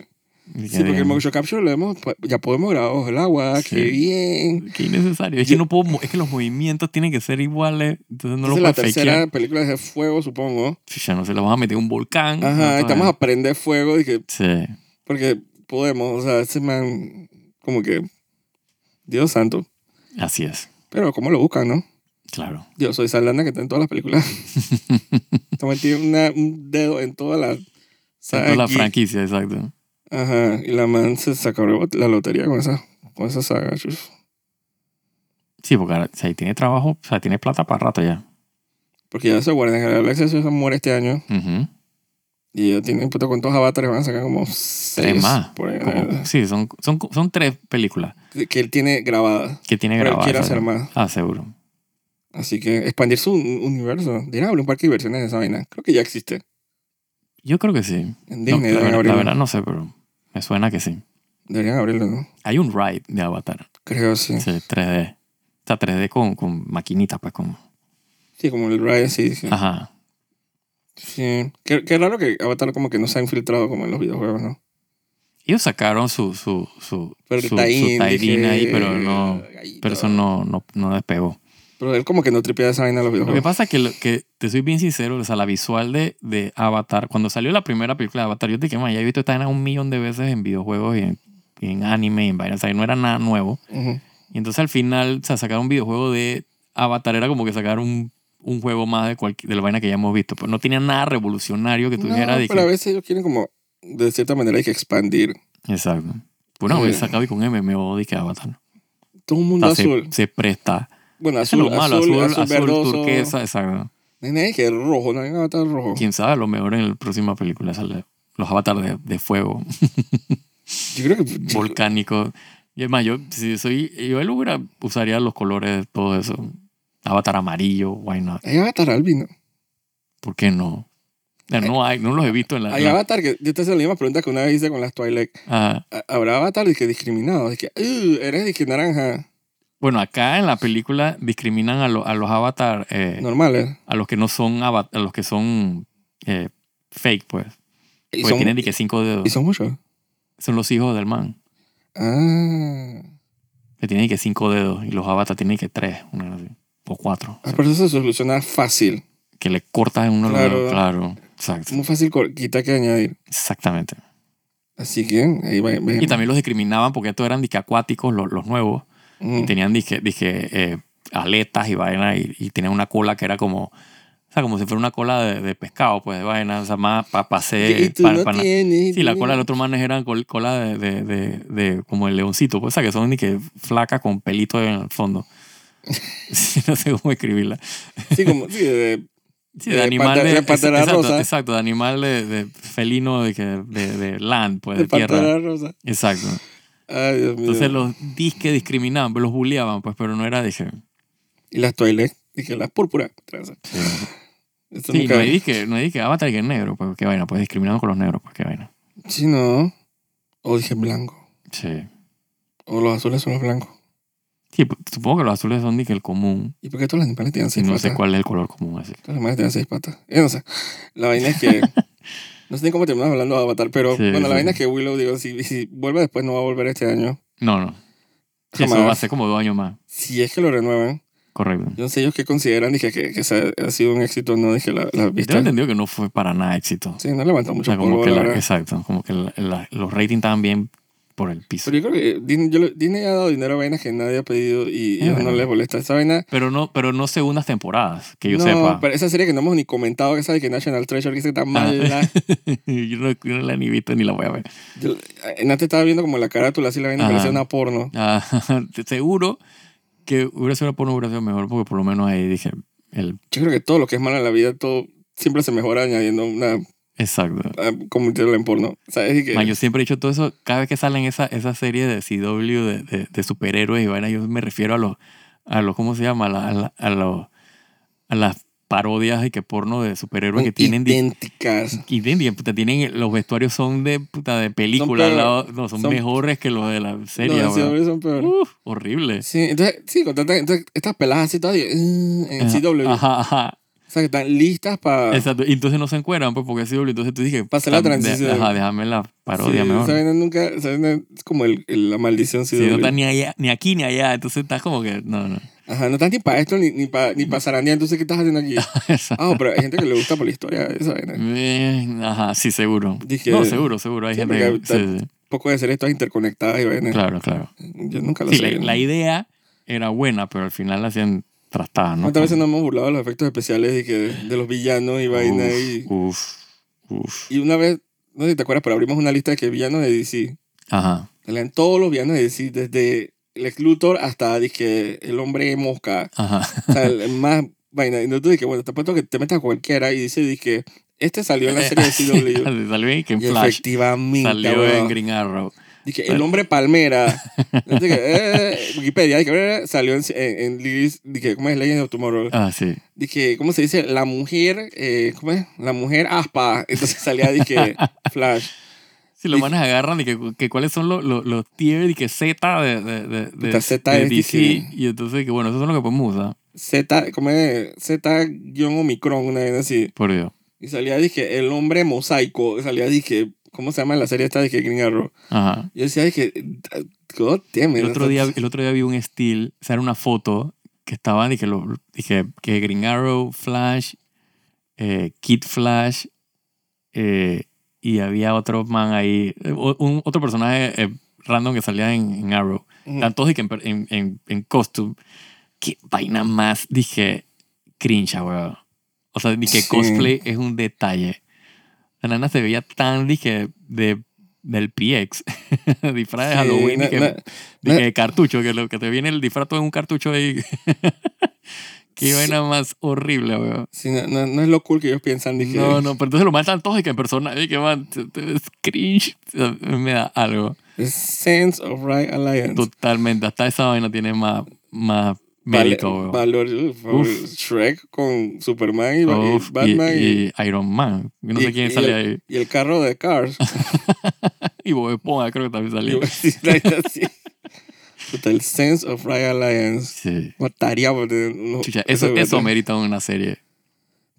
Speaker 1: Sí, porque el motion capture lo hemos, ya podemos grabar bajo el agua.
Speaker 2: Sí.
Speaker 1: Qué bien.
Speaker 2: Qué innecesario. Es que no puedo, mo- es que los movimientos tienen que ser iguales, entonces no
Speaker 1: Esa es
Speaker 2: lo
Speaker 1: la
Speaker 2: puedes
Speaker 1: tercera
Speaker 2: fakear.
Speaker 1: película es de fuego, supongo.
Speaker 2: Ya no se le vas a meter un volcán.
Speaker 1: Ajá,
Speaker 2: Mm, no,
Speaker 1: estamos
Speaker 2: todavía.
Speaker 1: a prender fuego y que-
Speaker 2: Sí,
Speaker 1: porque podemos. O sea, ese man, como que. Dios santo.
Speaker 2: así es.
Speaker 1: Pero, ¿cómo lo buscan, no?
Speaker 2: Claro.
Speaker 1: Yo soy Salana, que está en todas las
Speaker 2: (laughs)
Speaker 1: películas. Está metido una- un dedo en todas las.
Speaker 2: En toda la
Speaker 1: aquí.
Speaker 2: franquicia, exacto.
Speaker 1: Ajá. Y la man se sacó la lotería con esa, con esa saga. chus.
Speaker 2: Sí, porque ahora, o sea, tiene trabajo, o sea, tiene plata para rato ya.
Speaker 1: Porque ya se guardan el Galaxia se muere este año.
Speaker 2: Ujú.
Speaker 1: Y ya tienen puto cuántos avatares van a sacar como seis.
Speaker 2: Tres más.
Speaker 1: por ahí,
Speaker 2: Como- sí, son, son, son tres películas
Speaker 1: ¿verdad? Que él tiene grabadas.
Speaker 2: que tiene
Speaker 1: Pero él
Speaker 2: grabadas.
Speaker 1: quiere
Speaker 2: ¿sabes?
Speaker 1: hacer más.
Speaker 2: Ah, seguro.
Speaker 1: Así que expandir su un- universo. Dirán abrir un parque de diversiones de esa vaina. Creo que ya existe.
Speaker 2: Yo creo que sí.
Speaker 1: En Disney
Speaker 2: No, la,
Speaker 1: deberían
Speaker 2: verdad, la
Speaker 1: abrirlo.
Speaker 2: verdad no sé, pero me suena que sí.
Speaker 1: Deberían abrirlo, ¿no?
Speaker 2: Hay un ride de Avatar,
Speaker 1: Creo sí.
Speaker 2: sí, 3D. O sea, 3D con, con maquinitas, pues, como...
Speaker 1: Sí, como el Ryan sí. sí.
Speaker 2: Ajá.
Speaker 1: Sí. Qué, qué raro que Avatar como que no se ha infiltrado como en los videojuegos, ¿no?
Speaker 2: Ellos sacaron su, su, su,
Speaker 1: Pero
Speaker 2: su,
Speaker 1: el
Speaker 2: su
Speaker 1: tie-in,
Speaker 2: tie-in
Speaker 1: dije,
Speaker 2: ahí, pero no,
Speaker 1: gallito.
Speaker 2: pero eso no, no, no despegó.
Speaker 1: Pero él como que no tripea esa vaina en los
Speaker 2: Lo que
Speaker 1: videojuegos.
Speaker 2: pasa es que, lo- que te soy bien sincero, o sea, la visual de, de Avatar, cuando salió la primera película de Avatar, yo dije, man, ya he visto esta vaina un millón de veces en videojuegos y en, y en anime y en vainas, o sea, no era nada nuevo.
Speaker 1: Ujú.
Speaker 2: Y entonces al final, o sea, sacar un videojuego de Avatar era como que sacar un, un juego más de, cualquier, de la vaina que ya hemos visto. Pues no tenía nada revolucionario que
Speaker 1: No,
Speaker 2: tuviera. de
Speaker 1: pero a
Speaker 2: que-
Speaker 1: veces ellos quieren como, de cierta manera, hay que expandir.
Speaker 2: Exacto. Bueno,
Speaker 1: Sí.
Speaker 2: vez sacado y con MMO de que Avatar.
Speaker 1: Todo un mundo
Speaker 2: O sea, se,
Speaker 1: azul.
Speaker 2: se presta.
Speaker 1: Bueno,
Speaker 2: Ah, Eso
Speaker 1: azul,
Speaker 2: es lo malo,
Speaker 1: azul,
Speaker 2: azul,
Speaker 1: azul,
Speaker 2: azul,
Speaker 1: verdoso.
Speaker 2: turquesa, exacto.
Speaker 1: No hay nadie que es rojo, no hay un avatar rojo.
Speaker 2: Quién sabe, a lo mejor en la próxima película sale los avatares de, de fuego
Speaker 1: Yo creo que...
Speaker 2: volcánico. Y además, yo, si soy, yo él hubiera, usaría los colores, todo eso. Avatar amarillo, why not?
Speaker 1: Hay avatar albino.
Speaker 2: ¿Por qué no? Ya, No, hay, Ah, no los he visto en la.
Speaker 1: Eh, Hay
Speaker 2: la-
Speaker 1: avatar que... Yo te hice la misma pregunta que una vez hice con las Twilight.
Speaker 2: ah,
Speaker 1: Ah, Habrá avatar de que discriminados, de que, "Uh, eres de que naranja,
Speaker 2: bueno, acá en la película discriminan a, lo- a los avatar, eh,
Speaker 1: normales.
Speaker 2: a los que no son ava- a los que son eh, fake, pues.
Speaker 1: Y
Speaker 2: Porque
Speaker 1: son,
Speaker 2: tienen de que cinco
Speaker 1: y
Speaker 2: dedos.
Speaker 1: son muchos.
Speaker 2: Son los hijos del man.
Speaker 1: Ah,
Speaker 2: Que tienen que cinco dedos. Y los avatar tienen que tres. una cosa así, o cuatro. O sea,
Speaker 1: el proceso Ah, se soluciona fácil.
Speaker 2: que le cortas en uno de los
Speaker 1: Claro.
Speaker 2: dedos. Claro. Exacto.
Speaker 1: Muy fácil co- quitar que añadir.
Speaker 2: Exactamente.
Speaker 1: Así que ahí va.
Speaker 2: Y también los discriminaban porque estos eran disque acuáticos, los, los nuevos.
Speaker 1: Mm.
Speaker 2: Y tenían disque, disque, eh, aletas y vaina. Y, y tenían una cola que era como. O sea, como si fuera una cola de, de pescado, pues de vaina. O sea, más para
Speaker 1: y
Speaker 2: pase.
Speaker 1: tú no tienes.
Speaker 2: Sí, la cola del
Speaker 1: no
Speaker 2: otro manes eran col- cola de, de, de, de- como el leoncito, pues, o sea, que son ni que flacas con pelito en el fondo. (laughs) Sí, no sé cómo escribirla.
Speaker 1: Sí, como, sí,
Speaker 2: (laughs)
Speaker 1: de-
Speaker 2: Sí, de
Speaker 1: Eh,
Speaker 2: animal
Speaker 1: pantera-
Speaker 2: de,
Speaker 1: de ¿ah? pantera
Speaker 2: exacto,
Speaker 1: rosa.
Speaker 2: exacto, de animal de, de felino de, que- de, de land, pues,
Speaker 1: de
Speaker 2: de, tierra.
Speaker 1: pantera rosa.
Speaker 2: Exacto.
Speaker 1: Ay, Dios mío.
Speaker 2: Entonces los disque discriminaban, los bulleaban, pues, pero no era, dije.
Speaker 1: Y las toilet, dije, las púrpuras. tranza.
Speaker 2: Sí,
Speaker 1: Esto
Speaker 2: sí,
Speaker 1: nunca-
Speaker 2: no hay disque, no hay disque avatar que es negro, pues, qué vaina, pues, discriminando con los negros, pues, qué vaina.
Speaker 1: Sí, no. O dije blanco.
Speaker 2: Sí.
Speaker 1: O los azules son los blancos.
Speaker 2: Sí, pues, supongo que los azules son, dije, el común.
Speaker 1: ¿Y por qué todos los animales tienen
Speaker 2: y
Speaker 1: seis
Speaker 2: no
Speaker 1: patas?
Speaker 2: sé cuál es el color común, así que-
Speaker 1: Todos los animales tienen seis patas. Eh, no sé. La vaina es
Speaker 2: (laughs)
Speaker 1: que. no sé ni cómo terminamos hablando de Avatar, pero
Speaker 2: Sí,
Speaker 1: bueno,
Speaker 2: sí.
Speaker 1: la vaina es que Willow, digo, si, si vuelve después, no va a volver este año.
Speaker 2: No, no. Sí, eso
Speaker 1: Jamás.
Speaker 2: va a ser como dos años más.
Speaker 1: Si es que lo renuevan.
Speaker 2: Correcto.
Speaker 1: Yo no sé ellos qué consideran, dije que, que se ha, ha sido un éxito, no dije la, la
Speaker 2: Yo tengo
Speaker 1: vista.
Speaker 2: entendido que no fue para nada éxito.
Speaker 1: Sí, no levantó
Speaker 2: O
Speaker 1: mucho
Speaker 2: sea, como
Speaker 1: polvo,
Speaker 2: que
Speaker 1: la
Speaker 2: la-
Speaker 1: verdad.
Speaker 2: exacto, como que la- la- los ratings estaban bien por el piso.
Speaker 1: Pero yo creo que Disney, yo lo- Disney ha dado dinero a vainas que nadie ha pedido y
Speaker 2: Es
Speaker 1: ellos no
Speaker 2: verdad.
Speaker 1: les molesta. Esa vaina.
Speaker 2: Pero no, pero no segundas temporadas, que yo
Speaker 1: no,
Speaker 2: sepa. Ah.
Speaker 1: pero esa serie que no hemos ni comentado, que sabe que National Treasure, que esa está mala.
Speaker 2: (laughs) (laughs) yo, no, yo no la he ni visto ni la voy a ver. (laughs)
Speaker 1: Yo- en antes estaba viendo como la carátula, así la vaina
Speaker 2: Ajá.
Speaker 1: parecía una porno.
Speaker 2: Ah, (laughs) seguro que hubiera sido una pornografía mejor, porque por lo menos ahí dije, el,
Speaker 1: Yo creo que todo lo que es malo en la vida, todo siempre se mejora añadiendo una.
Speaker 2: exacto.
Speaker 1: a convertirla en porno. ¿Sabes? Y que,
Speaker 2: Man, yo siempre he dicho todo eso, cada vez que salen esa, esa serie de CW de, de, de superhéroes y vaina, yo me refiero a los, a los ¿cómo se llama? A, la- a, la- a los- a las parodias y que porno de superhéroes que tienen... di-
Speaker 1: idénticas.
Speaker 2: Y de- de- puta, tienen, los vestuarios son de puta de película,
Speaker 1: peor.
Speaker 2: al lado- no, son,
Speaker 1: Son-
Speaker 2: mejores que los de la
Speaker 1: Los
Speaker 2: serie. Uh. weón.
Speaker 1: deseadores son peores. (laughs)
Speaker 2: Uf, horrible.
Speaker 1: Sí, entonces, sí, con tantas- entonces, estas peladas así todas, eh, en
Speaker 2: Ajá,
Speaker 1: CW.
Speaker 2: Ajá, ajá.
Speaker 1: O sea, que están listas para.
Speaker 2: Exacto. Y entonces no se encueran, pues, porque es CW. Entonces tú dije,
Speaker 1: Pasa la
Speaker 2: tam- de-
Speaker 1: transición.
Speaker 2: Ajá, déjame la parodia mejor.
Speaker 1: ¿Saben? Nunca. ¿saben? Es como el, el- la maldición
Speaker 2: Si no
Speaker 1: CW.
Speaker 2: estás ni, allá, ni aquí ni allá, entonces estás como que. No, no. (laughs)
Speaker 1: Ajá, no estás ni para esto ni, ni para ni pa zarandear, entonces, ¿qué estás haciendo aquí?
Speaker 2: Exacto.
Speaker 1: Ah, pero hay gente que le gusta por la historia, esa
Speaker 2: Mm.
Speaker 1: vaina.
Speaker 2: Bien, Eh, Ajá, sí, seguro.
Speaker 1: Dije-
Speaker 2: no, seguro, seguro. Hay
Speaker 1: Sí,
Speaker 2: gente
Speaker 1: porque
Speaker 2: que. sí,
Speaker 1: está-
Speaker 2: sí,
Speaker 1: Poco de ser estas interconectadas y vaina.
Speaker 2: Claro, claro.
Speaker 1: Yo nunca lo
Speaker 2: Sí, la,
Speaker 1: sabía.
Speaker 2: la idea era buena, pero al final la hacían trastada, ¿no?
Speaker 1: ¿Cuántas veces nos hemos burlado de los efectos especiales y que de los villanos y vaina y.
Speaker 2: Uf, uf, uf.
Speaker 1: Y una vez, no sé si te acuerdas, pero abrimos una lista de que villanos de DC.
Speaker 2: Ajá.
Speaker 1: Salían todos los villanos de DC, desde Lex Luthor hasta dizque, el hombre mosca.
Speaker 2: Ajá.
Speaker 1: O sea, el más vaina. Y nosotros dije, bueno, te apuesto que te metas a cualquiera y dice, dije, este salió en la serie
Speaker 2: (laughs)
Speaker 1: de CW.
Speaker 2: salió en que en
Speaker 1: y
Speaker 2: Flash.
Speaker 1: efectivamente,
Speaker 2: Salió
Speaker 1: weón.
Speaker 2: en Green Arrow.
Speaker 1: Dije, el hombre
Speaker 2: (laughs)
Speaker 1: palmera. Entonces, dije, eh, Wikipedia, dije, eh, salió en, en, en Lilith, dije, ¿cómo es Legend of Tomorrow?
Speaker 2: Ah, sí.
Speaker 1: Dije, ¿cómo se dice? La mujer, eh, ¿cómo es? La mujer aspa. Entonces salía,
Speaker 2: (laughs)
Speaker 1: dije, Flash.
Speaker 2: Si los
Speaker 1: Y-
Speaker 2: manes agarran de que, que cuáles son los, los, los tier y que Z de, de, de, de-
Speaker 1: Puta, Z
Speaker 2: de
Speaker 1: es
Speaker 2: DC.
Speaker 1: difícil.
Speaker 2: Y entonces, que bueno, esos son los que podemos usar.
Speaker 1: Z, como es Z-Omicron, una vez así.
Speaker 2: Por Dios.
Speaker 1: Y salía, dije, el hombre mosaico. Salía, dije, ¿cómo se llama la serie esta? Dije, Green Arrow.
Speaker 2: Ajá.
Speaker 1: Yo decía, dije, God damn it.
Speaker 2: El otro, día,
Speaker 1: Esta-
Speaker 2: el otro día vi un still, o sea, era una foto que estaba, dije, lo, dije que Green Arrow, Flash, eh, Kid Flash, eh, y había otro man ahí, eh, o- un, otro personaje eh, random que salía en, en Arrow.
Speaker 1: Ujú.
Speaker 2: Tantos dije en, per- en, en, en costume. Qué vaina más, dije, cringe, weón. O sea, dije,
Speaker 1: Sí.
Speaker 2: cosplay es un detalle. La nana se veía tan, dije, de, del PX. (laughs) Disfraz de
Speaker 1: Sí,
Speaker 2: Halloween,
Speaker 1: na-
Speaker 2: dije,
Speaker 1: na-
Speaker 2: de
Speaker 1: Na-
Speaker 2: que cartucho, que lo que te viene el disfraz todo en un cartucho ahí. (laughs) Qué
Speaker 1: Sí.
Speaker 2: vaina más horrible, weón.
Speaker 1: sí, no, no- no es lo cool que ellos piensan, dije.
Speaker 2: No, no, pero entonces lo matan todos y que en persona, y que man, te- te- es cringe, O sea, me da algo.
Speaker 1: The Sense of Right Alliance.
Speaker 2: Totalmente, hasta esa vaina tiene más, más
Speaker 1: Vale-
Speaker 2: mérito, weón.
Speaker 1: valor, uf, valor.
Speaker 2: Uf.
Speaker 1: Shrek con Superman y, y
Speaker 2: Uf, y-
Speaker 1: Batman y,
Speaker 2: y, Iron Man, Yo no
Speaker 1: y-
Speaker 2: sé quién
Speaker 1: y
Speaker 2: sale ahí.
Speaker 1: y el carro de
Speaker 2: (laughs)
Speaker 1: Cars.
Speaker 2: Y Bob Esponja creo que también
Speaker 1: Y
Speaker 2: salió.
Speaker 1: yo, (laughs) sí, la neta, sí. Puta, el Sense of Right Alliance.
Speaker 2: Sí.
Speaker 1: Mataría por tener uno-
Speaker 2: Chucha, eso,
Speaker 1: ese-
Speaker 2: eso merita una serie.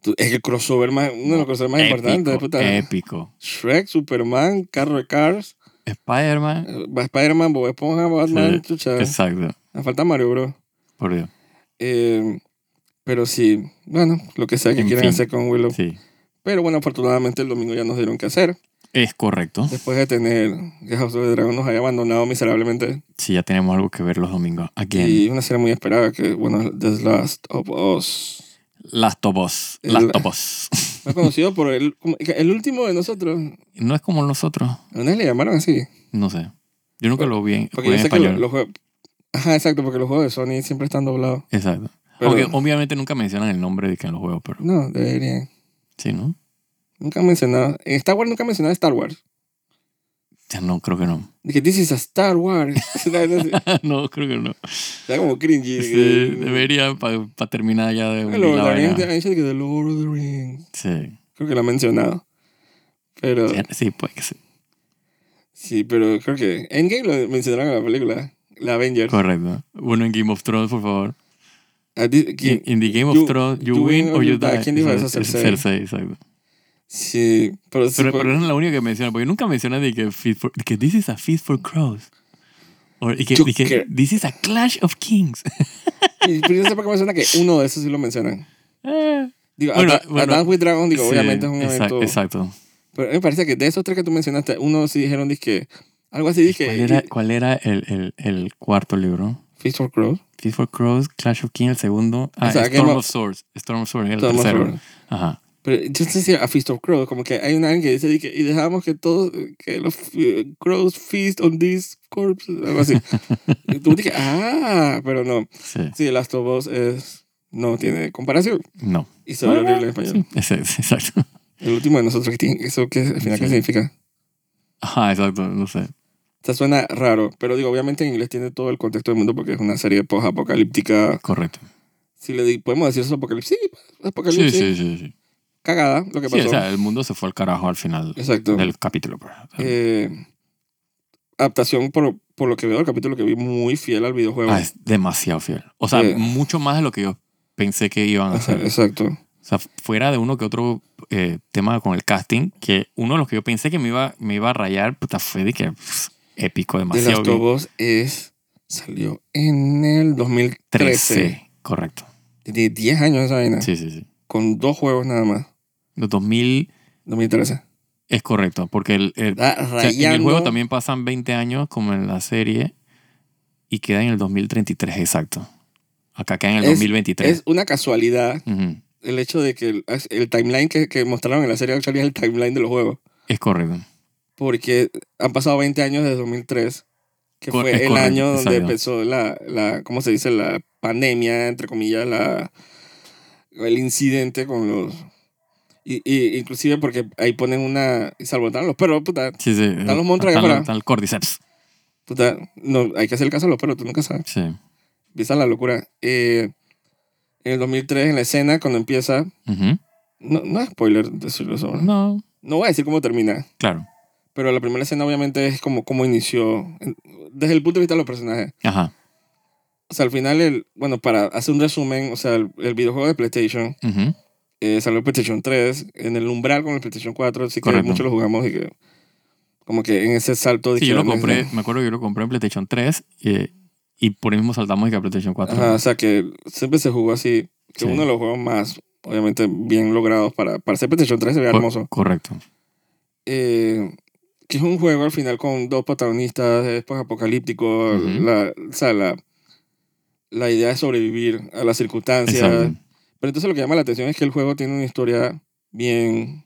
Speaker 1: Tú- Es el crossover más, uno de los crossovers más importantes.
Speaker 2: Épico,
Speaker 1: puta.
Speaker 2: épico.
Speaker 1: Shrek, Superman, carro de Cars,
Speaker 2: Spider-Man.
Speaker 1: eh, Spider-Man, Bob Esponja, Batman,
Speaker 2: Sí.
Speaker 1: chucha.
Speaker 2: Exacto,
Speaker 1: Me falta Mario, bro.
Speaker 2: por Dios.
Speaker 1: Eh, pero sí, bueno, lo que sea que
Speaker 2: En
Speaker 1: quieran
Speaker 2: fin.
Speaker 1: hacer con Willow.
Speaker 2: Sí,
Speaker 1: Pero bueno, afortunadamente el domingo ya nos dieron que hacer.
Speaker 2: es correcto.
Speaker 1: Después de tener que House of the Dragon nos haya abandonado miserablemente.
Speaker 2: Sí, ya tenemos algo que ver los domingos. Aquí en
Speaker 1: Y una serie muy esperada que, bueno, The Last of Us.
Speaker 2: Last of Us.
Speaker 1: El-
Speaker 2: Last of Us. (laughs)
Speaker 1: Fue conocido por el, como- el último de nosotros.
Speaker 2: No es como nosotros.
Speaker 1: ¿A ustedes le llamaron así?
Speaker 2: No sé. Yo nunca lo vi en,
Speaker 1: Porque
Speaker 2: jugué
Speaker 1: yo
Speaker 2: en
Speaker 1: sé que
Speaker 2: español.
Speaker 1: los, los juegos... Ajá, exacto, porque los juegos de Sony siempre están doblados.
Speaker 2: Exacto.
Speaker 1: Pero
Speaker 2: Aunque obviamente nunca mencionan el nombre de que en los juegos, pero
Speaker 1: no, deberían.
Speaker 2: sí, ¿no?
Speaker 1: Nunca mencionado. En Star Wars nunca mencionaba Star Wars.
Speaker 2: Ya no, creo que no. (laughs)
Speaker 1: Dije, this is a Star Wars. (laughs) Está
Speaker 2: no, creo que no.
Speaker 1: como cringy.
Speaker 2: Sí, debería para terminar ya de
Speaker 1: Bueno,
Speaker 2: hundir la
Speaker 1: la
Speaker 2: vaina.
Speaker 1: gente- hay gente que The Lord of the Rings.
Speaker 2: Sí.
Speaker 1: Creo que lo ha mencionado. Pero
Speaker 2: Sí, Sí, puede que sí.
Speaker 1: sí, pero creo que Endgame lo mencionaron en la película. La Avengers.
Speaker 2: Correcto. Bueno, en Game of Thrones, por favor.
Speaker 1: Ah, di- que-
Speaker 2: In, in the Game of
Speaker 1: you-
Speaker 2: Thrones, you,
Speaker 1: you
Speaker 2: win or you die.
Speaker 1: ¿Quién dijo
Speaker 2: Esa-
Speaker 1: eso?
Speaker 2: esa es
Speaker 1: Cersei.
Speaker 2: Cersei, exacto.
Speaker 1: Sí, pero, sí pues.
Speaker 2: Pero,
Speaker 1: fue-
Speaker 2: pero es la única que menciona, porque nunca menciona de que, feast for, de que this is a feast for crows. O de que,
Speaker 1: Yo
Speaker 2: de que
Speaker 1: creo-
Speaker 2: this is a clash of kings. (laughs)
Speaker 1: Y pero yo sé por qué me suena que uno de esos sí lo mencionan.
Speaker 2: Eh,
Speaker 1: Digo,
Speaker 2: Bueno,
Speaker 1: Ad-
Speaker 2: bueno.
Speaker 1: Advance with Dragon, digo,
Speaker 2: sí,
Speaker 1: obviamente es un
Speaker 2: exact-
Speaker 1: evento.
Speaker 2: Exacto.
Speaker 1: Pero me parece que de esos tres que tú mencionaste, uno sí dijeron disque, algo así dije.
Speaker 2: ¿Cuál era, cuál era el, el, el cuarto libro?
Speaker 1: Feast for Crows.
Speaker 2: Feast for Crows, Clash of Kings, el segundo. Ah,
Speaker 1: O sea,
Speaker 2: Storm
Speaker 1: Game of-
Speaker 2: of Swords. Storm of Swords, el
Speaker 1: Storm of
Speaker 2: tercero.
Speaker 1: Crows.
Speaker 2: Ajá.
Speaker 1: Pero yo sé si a Feast of Crows, como que hay una que dice, dije, y dejamos que todos, que los eh, Crows feast on these corpses, algo así. y tú dije, ah, pero no.
Speaker 2: Sí.
Speaker 1: Sí, Last of Us es, no tiene comparación.
Speaker 2: No.
Speaker 1: Y se ve horrible en
Speaker 2: Bueno,
Speaker 1: español.
Speaker 2: sí, ese- ese- exacto.
Speaker 1: El último de nosotros que tiene, ¿eso qué, al final, ¿qué
Speaker 2: Sí.
Speaker 1: significa?
Speaker 2: Ajá, exacto. No sé.
Speaker 1: O sea, suena raro, pero digo, obviamente en inglés tiene todo el contexto del mundo porque es una serie post-apocalíptica.
Speaker 2: Correctico.
Speaker 1: Si le di- podemos decir eso, apocalipsis, sí,
Speaker 2: Sí,
Speaker 1: apocalipsis.
Speaker 2: sí, sí. sí.
Speaker 1: Cagada, lo que
Speaker 2: Sí,
Speaker 1: pasó.
Speaker 2: o sea, el mundo se fue al carajo al final
Speaker 1: Exacto.
Speaker 2: del capítulo. pues. O sea,
Speaker 1: Eh, adaptación, por, por lo que veo, el capítulo que vi muy fiel al videojuego.
Speaker 2: ah, es demasiado fiel. O sea,
Speaker 1: Sí.
Speaker 2: mucho más de lo que yo pensé que iban a
Speaker 1: Ajá, (laughs)
Speaker 2: hacer.
Speaker 1: Exacto.
Speaker 2: O sea, fuera de uno que otro eh, tema con el casting, que uno de los que yo pensé que me iba, me iba a rayar, puta, fue de que pff, épico,
Speaker 1: De
Speaker 2: demasiado
Speaker 1: las
Speaker 2: bien.
Speaker 1: Tobos es. Salió en el 2013.
Speaker 2: 13, correcto.
Speaker 1: Tiene 10 años esa vaina.
Speaker 2: Sí, sí, sí.
Speaker 1: Con dos juegos nada más.
Speaker 2: Los 2000
Speaker 1: 2013.
Speaker 2: es correcto, porque el, el-
Speaker 1: Está
Speaker 2: o sea, en el
Speaker 1: Ah, rayando.
Speaker 2: juego también pasan 20 años como en la serie y queda en el 2033, exacto. Acá queda en el
Speaker 1: Es-
Speaker 2: 2023.
Speaker 1: Es una casualidad
Speaker 2: Ujú.
Speaker 1: el hecho de que el, el timeline que, que mostraron en la serie actual es el timeline de los juegos.
Speaker 2: Es correcto.
Speaker 1: Porque han pasado 20 años desde 2003, que
Speaker 2: Cor-
Speaker 1: fue
Speaker 2: es
Speaker 1: el
Speaker 2: correcto,
Speaker 1: año donde
Speaker 2: exacto.
Speaker 1: empezó la, la, ¿cómo se dice? La pandemia, entre comillas, la, el incidente con los... Y, y- inclusive porque ahí ponen una... Y salvotaron los perros, puta.
Speaker 2: Sí, sí.
Speaker 1: Están los Montra allá
Speaker 2: Están los-
Speaker 1: afuera.
Speaker 2: están los Cordyceps.
Speaker 1: Puta, no, hay que hacer caso a los perros, tú nunca sabes.
Speaker 2: Sí.
Speaker 1: Empieza la locura. Eh, en el 2003, en la escena, cuando empieza...
Speaker 2: Ujú.
Speaker 1: No, no es spoiler decirlo eso. No.
Speaker 2: No,
Speaker 1: no voy a decir cómo termina,
Speaker 2: claro.
Speaker 1: pero la primera escena obviamente es como cómo inició, desde el punto de vista de los personajes.
Speaker 2: Ajá.
Speaker 1: O sea, al final, el, bueno, para hacer un resumen, o sea, el, el videojuego de PlayStation
Speaker 2: Ujú.
Speaker 1: Eh, salió el PlayStation 3, en el umbral con el PlayStation 4, así que
Speaker 2: Correcto.
Speaker 1: muchos lo jugamos y que como que en ese salto...
Speaker 2: Sí, yo lo
Speaker 1: digamos,
Speaker 2: compré,
Speaker 1: ¿no?
Speaker 2: me acuerdo que yo lo compré en PlayStation 3 eh, y por ahí mismo saltamos y que a PlayStation 4.
Speaker 1: Ajá, o sea que siempre se jugó así, que
Speaker 2: Sí.
Speaker 1: uno de los juegos más, obviamente, bien logrados para, para ser PlayStation 3, se ve
Speaker 2: Co-
Speaker 1: hermoso.
Speaker 2: Correcto.
Speaker 1: eh, que es un juego al final con dos protagonistas, es apocalíptico,
Speaker 2: Ujú.
Speaker 1: la, o sea, la, la idea es sobrevivir a las circunstancias.
Speaker 2: Exacto.
Speaker 1: Pero entonces lo que llama la atención es que el juego tiene una historia bien,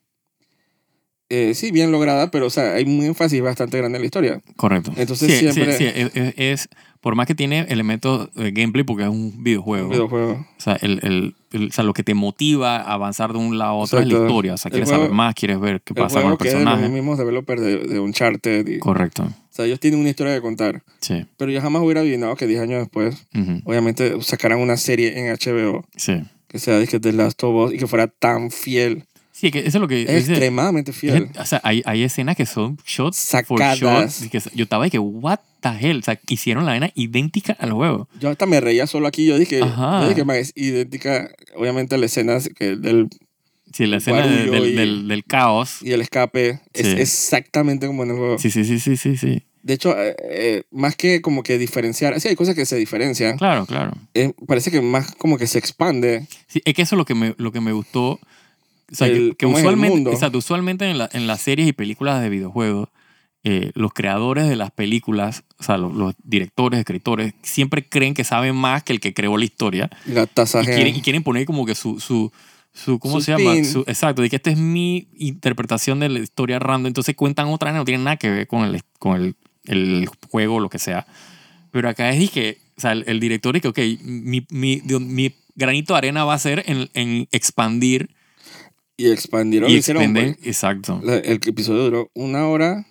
Speaker 1: eh, sí, bien lograda, pero o sea, hay un énfasis bastante grande en la historia.
Speaker 2: Correcto.
Speaker 1: Entonces
Speaker 2: Sí, sí,
Speaker 1: siempre-
Speaker 2: sí, es, es- es- por más que tiene elementos de gameplay porque es un videojuego.
Speaker 1: El videojuego.
Speaker 2: O, sea, el, el- el- o sea, lo que te motiva a avanzar de un lado a otro es la
Speaker 1: Exacto.
Speaker 2: historia. O sea,
Speaker 1: El
Speaker 2: quieres
Speaker 1: juego-
Speaker 2: saber más, quieres ver qué
Speaker 1: El
Speaker 2: pasa con
Speaker 1: juego
Speaker 2: los
Speaker 1: que es de los
Speaker 2: personajes.
Speaker 1: mismos developers de, de Uncharted. y- o
Speaker 2: Correcto.
Speaker 1: sea, ellos tienen una historia que contar.
Speaker 2: Sí.
Speaker 1: Pero yo jamás hubiera adivinado que 10 años después,
Speaker 2: Ujú.
Speaker 1: obviamente, sacaran una serie en HBO.
Speaker 2: Sí.
Speaker 1: que sea de The Last of Us y que fuera tan fiel.
Speaker 2: Sí, que eso es lo que.
Speaker 1: Es
Speaker 2: dice-
Speaker 1: extremadamente fiel.
Speaker 2: O sea, hay, hay escenas que son shots
Speaker 1: Sacadas.
Speaker 2: for shot. Y que yo estaba de que, what the hell. O sea, hicieron la vaina idéntica al juego.
Speaker 1: Yo hasta me reía solo aquí. Yo dije,
Speaker 2: Ajá.
Speaker 1: yo dije "Man, es idéntica, obviamente, a la escena que- del,
Speaker 2: Sí, la
Speaker 1: El
Speaker 2: escena de-
Speaker 1: barullo
Speaker 2: del,
Speaker 1: y-
Speaker 2: del- del caos.
Speaker 1: y el escape. Es
Speaker 2: Sí.
Speaker 1: exactamente como en el juego.
Speaker 2: Sí, sí, sí, sí, sí, sí.
Speaker 1: De hecho, eh, eh, más que como que diferenciar, sí hay cosas que se diferencian.
Speaker 2: Claro, claro.
Speaker 1: eh, parece que más como que se expande.
Speaker 2: Sí, es que eso es lo que me, lo que me gustó. O sea,
Speaker 1: El-
Speaker 2: que, que
Speaker 1: cómo es el
Speaker 2: usualmente,
Speaker 1: mundo.
Speaker 2: exacto, usualmente en, la- en las series y películas de videojuegos, eh, los creadores de las películas, o sea, los, los directores, escritores, siempre creen que saben más que el que creó la historia.
Speaker 1: y La tasa
Speaker 2: Y quieren, y
Speaker 1: gen.
Speaker 2: quieren poner como que su... su su, ¿Cómo
Speaker 1: Su
Speaker 2: se llama?
Speaker 1: spin.
Speaker 2: Su- exacto, de que esta es mi interpretación de la historia random. Entonces cuentan otra, no tienen nada que ver con el, con el, el juego o lo que sea. Pero acá es dije, o sea, el, el director dice, ok, mi, mi, digo, mi granito de arena va a ser en, en expandir
Speaker 1: Y expandieron.
Speaker 2: y
Speaker 1: lo hicieron,
Speaker 2: extender. Exacto.
Speaker 1: pues. La- el episodio duró una hora,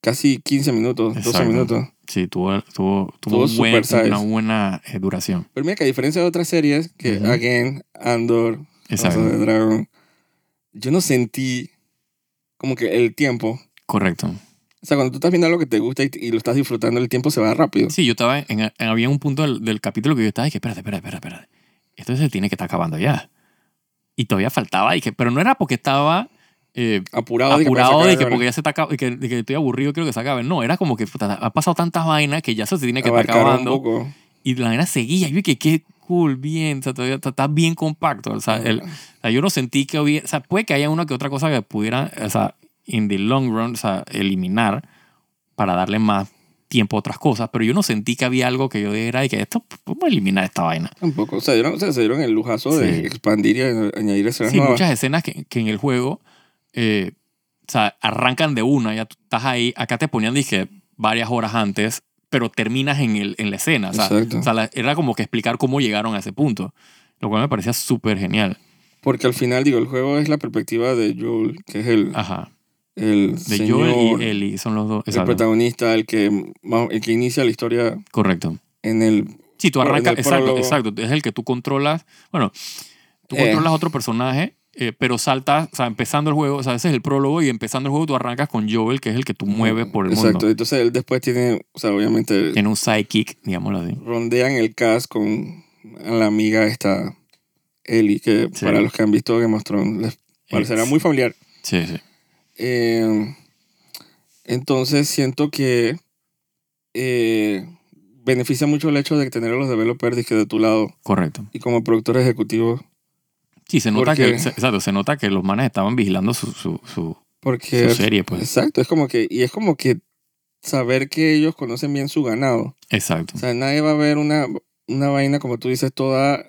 Speaker 1: casi 15 minutos, 12
Speaker 2: Exacto.
Speaker 1: minutos.
Speaker 2: Sí, tuvo, tuvo,
Speaker 1: Tuvo
Speaker 2: tuvo un buen-
Speaker 1: supersize.
Speaker 2: una buena eh, duración.
Speaker 1: Pero mira que a diferencia de otras series, que
Speaker 2: Ujú.
Speaker 1: Again, Andor,
Speaker 2: Exacto.
Speaker 1: House of the Dragon, yo no sentí como que el tiempo.
Speaker 2: Correcto.
Speaker 1: O sea, cuando tú estás viendo algo que te gusta y, y lo estás disfrutando, el tiempo se va rápido.
Speaker 2: Sí, yo estaba en, en- había un punto del, del capítulo que yo estaba y que espérate, espérate, espérate, espérate. Esto se tiene que estar acabando ya. Y todavía faltaba y que, pero no era porque estaba eh,
Speaker 1: Apurado. dije, para
Speaker 2: apurado
Speaker 1: sacar
Speaker 2: de que
Speaker 1: algo, ¿no?
Speaker 2: porque ya se está acab- y que, de que estoy aburrido quiero que se acabe. No, era como que puta, ha pasado tantas vainas que ya eso se tiene que estar
Speaker 1: Abarcaron un
Speaker 2: acabando
Speaker 1: poco.
Speaker 2: y la vaina seguía. Yo que qué cool, bien, o sea, todavía está, está bien compacto. O sea, el- o sea, yo no sentí que hubiera, o sea, puede que haya una que otra cosa que pudiera, o sea, in the long run, o sea, eliminar para darle más tiempo a otras cosas, pero yo no sentí que había algo que yo dijera y que esto, pues, vamos a eliminar esta vaina.
Speaker 1: Tampoco. O sea, dieron, o sea, se dieron el lujazo
Speaker 2: Sí.
Speaker 1: de expandir y a- añadir escenas
Speaker 2: Sí,
Speaker 1: nuevas.
Speaker 2: muchas escenas que, que en el juego, eh, o sea, arrancan de una, ya tú estás ahí, acá te ponían, dije, varias horas antes, pero terminas en, el, en la escena, o sea,
Speaker 1: Exacto.
Speaker 2: o sea, la- era como que explicar cómo llegaron a ese punto, lo cual me parecía súper genial.
Speaker 1: Porque al final, digo, el juego es la perspectiva de Joel, que es el,
Speaker 2: Ajá.
Speaker 1: el
Speaker 2: Ah, De
Speaker 1: señor,
Speaker 2: Joel y Ellie son los dos.
Speaker 1: el
Speaker 2: exacto.
Speaker 1: protagonista, el que, el que inicia la historia
Speaker 2: Correcto.
Speaker 1: en el...
Speaker 2: Sí, tú
Speaker 1: Por- en
Speaker 2: arrancas.
Speaker 1: el
Speaker 2: Exacto,
Speaker 1: prólogo.
Speaker 2: exacto. Es el que tú controlas. Bueno, tú
Speaker 1: Eh.
Speaker 2: controlas otro personaje, eh, pero saltas. O sea, empezando el juego, o sea, ese es el prólogo y empezando el juego tú arrancas con Joel, que es el que tú mueves por el
Speaker 1: Mm, Exacto.
Speaker 2: mundo.
Speaker 1: Entonces él después tiene, o sea, obviamente
Speaker 2: Tiene un sidekick, digámoslo así.
Speaker 1: rondean el cast con la amiga esta Ellie, que
Speaker 2: Sí.
Speaker 1: para los que han visto Game of Thrones les parecerá
Speaker 2: Ex.
Speaker 1: muy familiar.
Speaker 2: Eh, Sí, sí.
Speaker 1: Eh, entonces siento que eh, beneficia mucho el hecho de tener a los developers dizque, de tu lado
Speaker 2: Correcto.
Speaker 1: y como productor ejecutivo,
Speaker 2: Sí, se nota,
Speaker 1: Porque-
Speaker 2: que, se, exacto, se nota que los manes estaban vigilando su, su, su-
Speaker 1: porque...
Speaker 2: su serie, pues.
Speaker 1: Exacto, es como que, y es como que saber que ellos conocen bien su ganado.
Speaker 2: Exacto.
Speaker 1: O sea, nadie va a ver una, una vaina, como tú dices, toda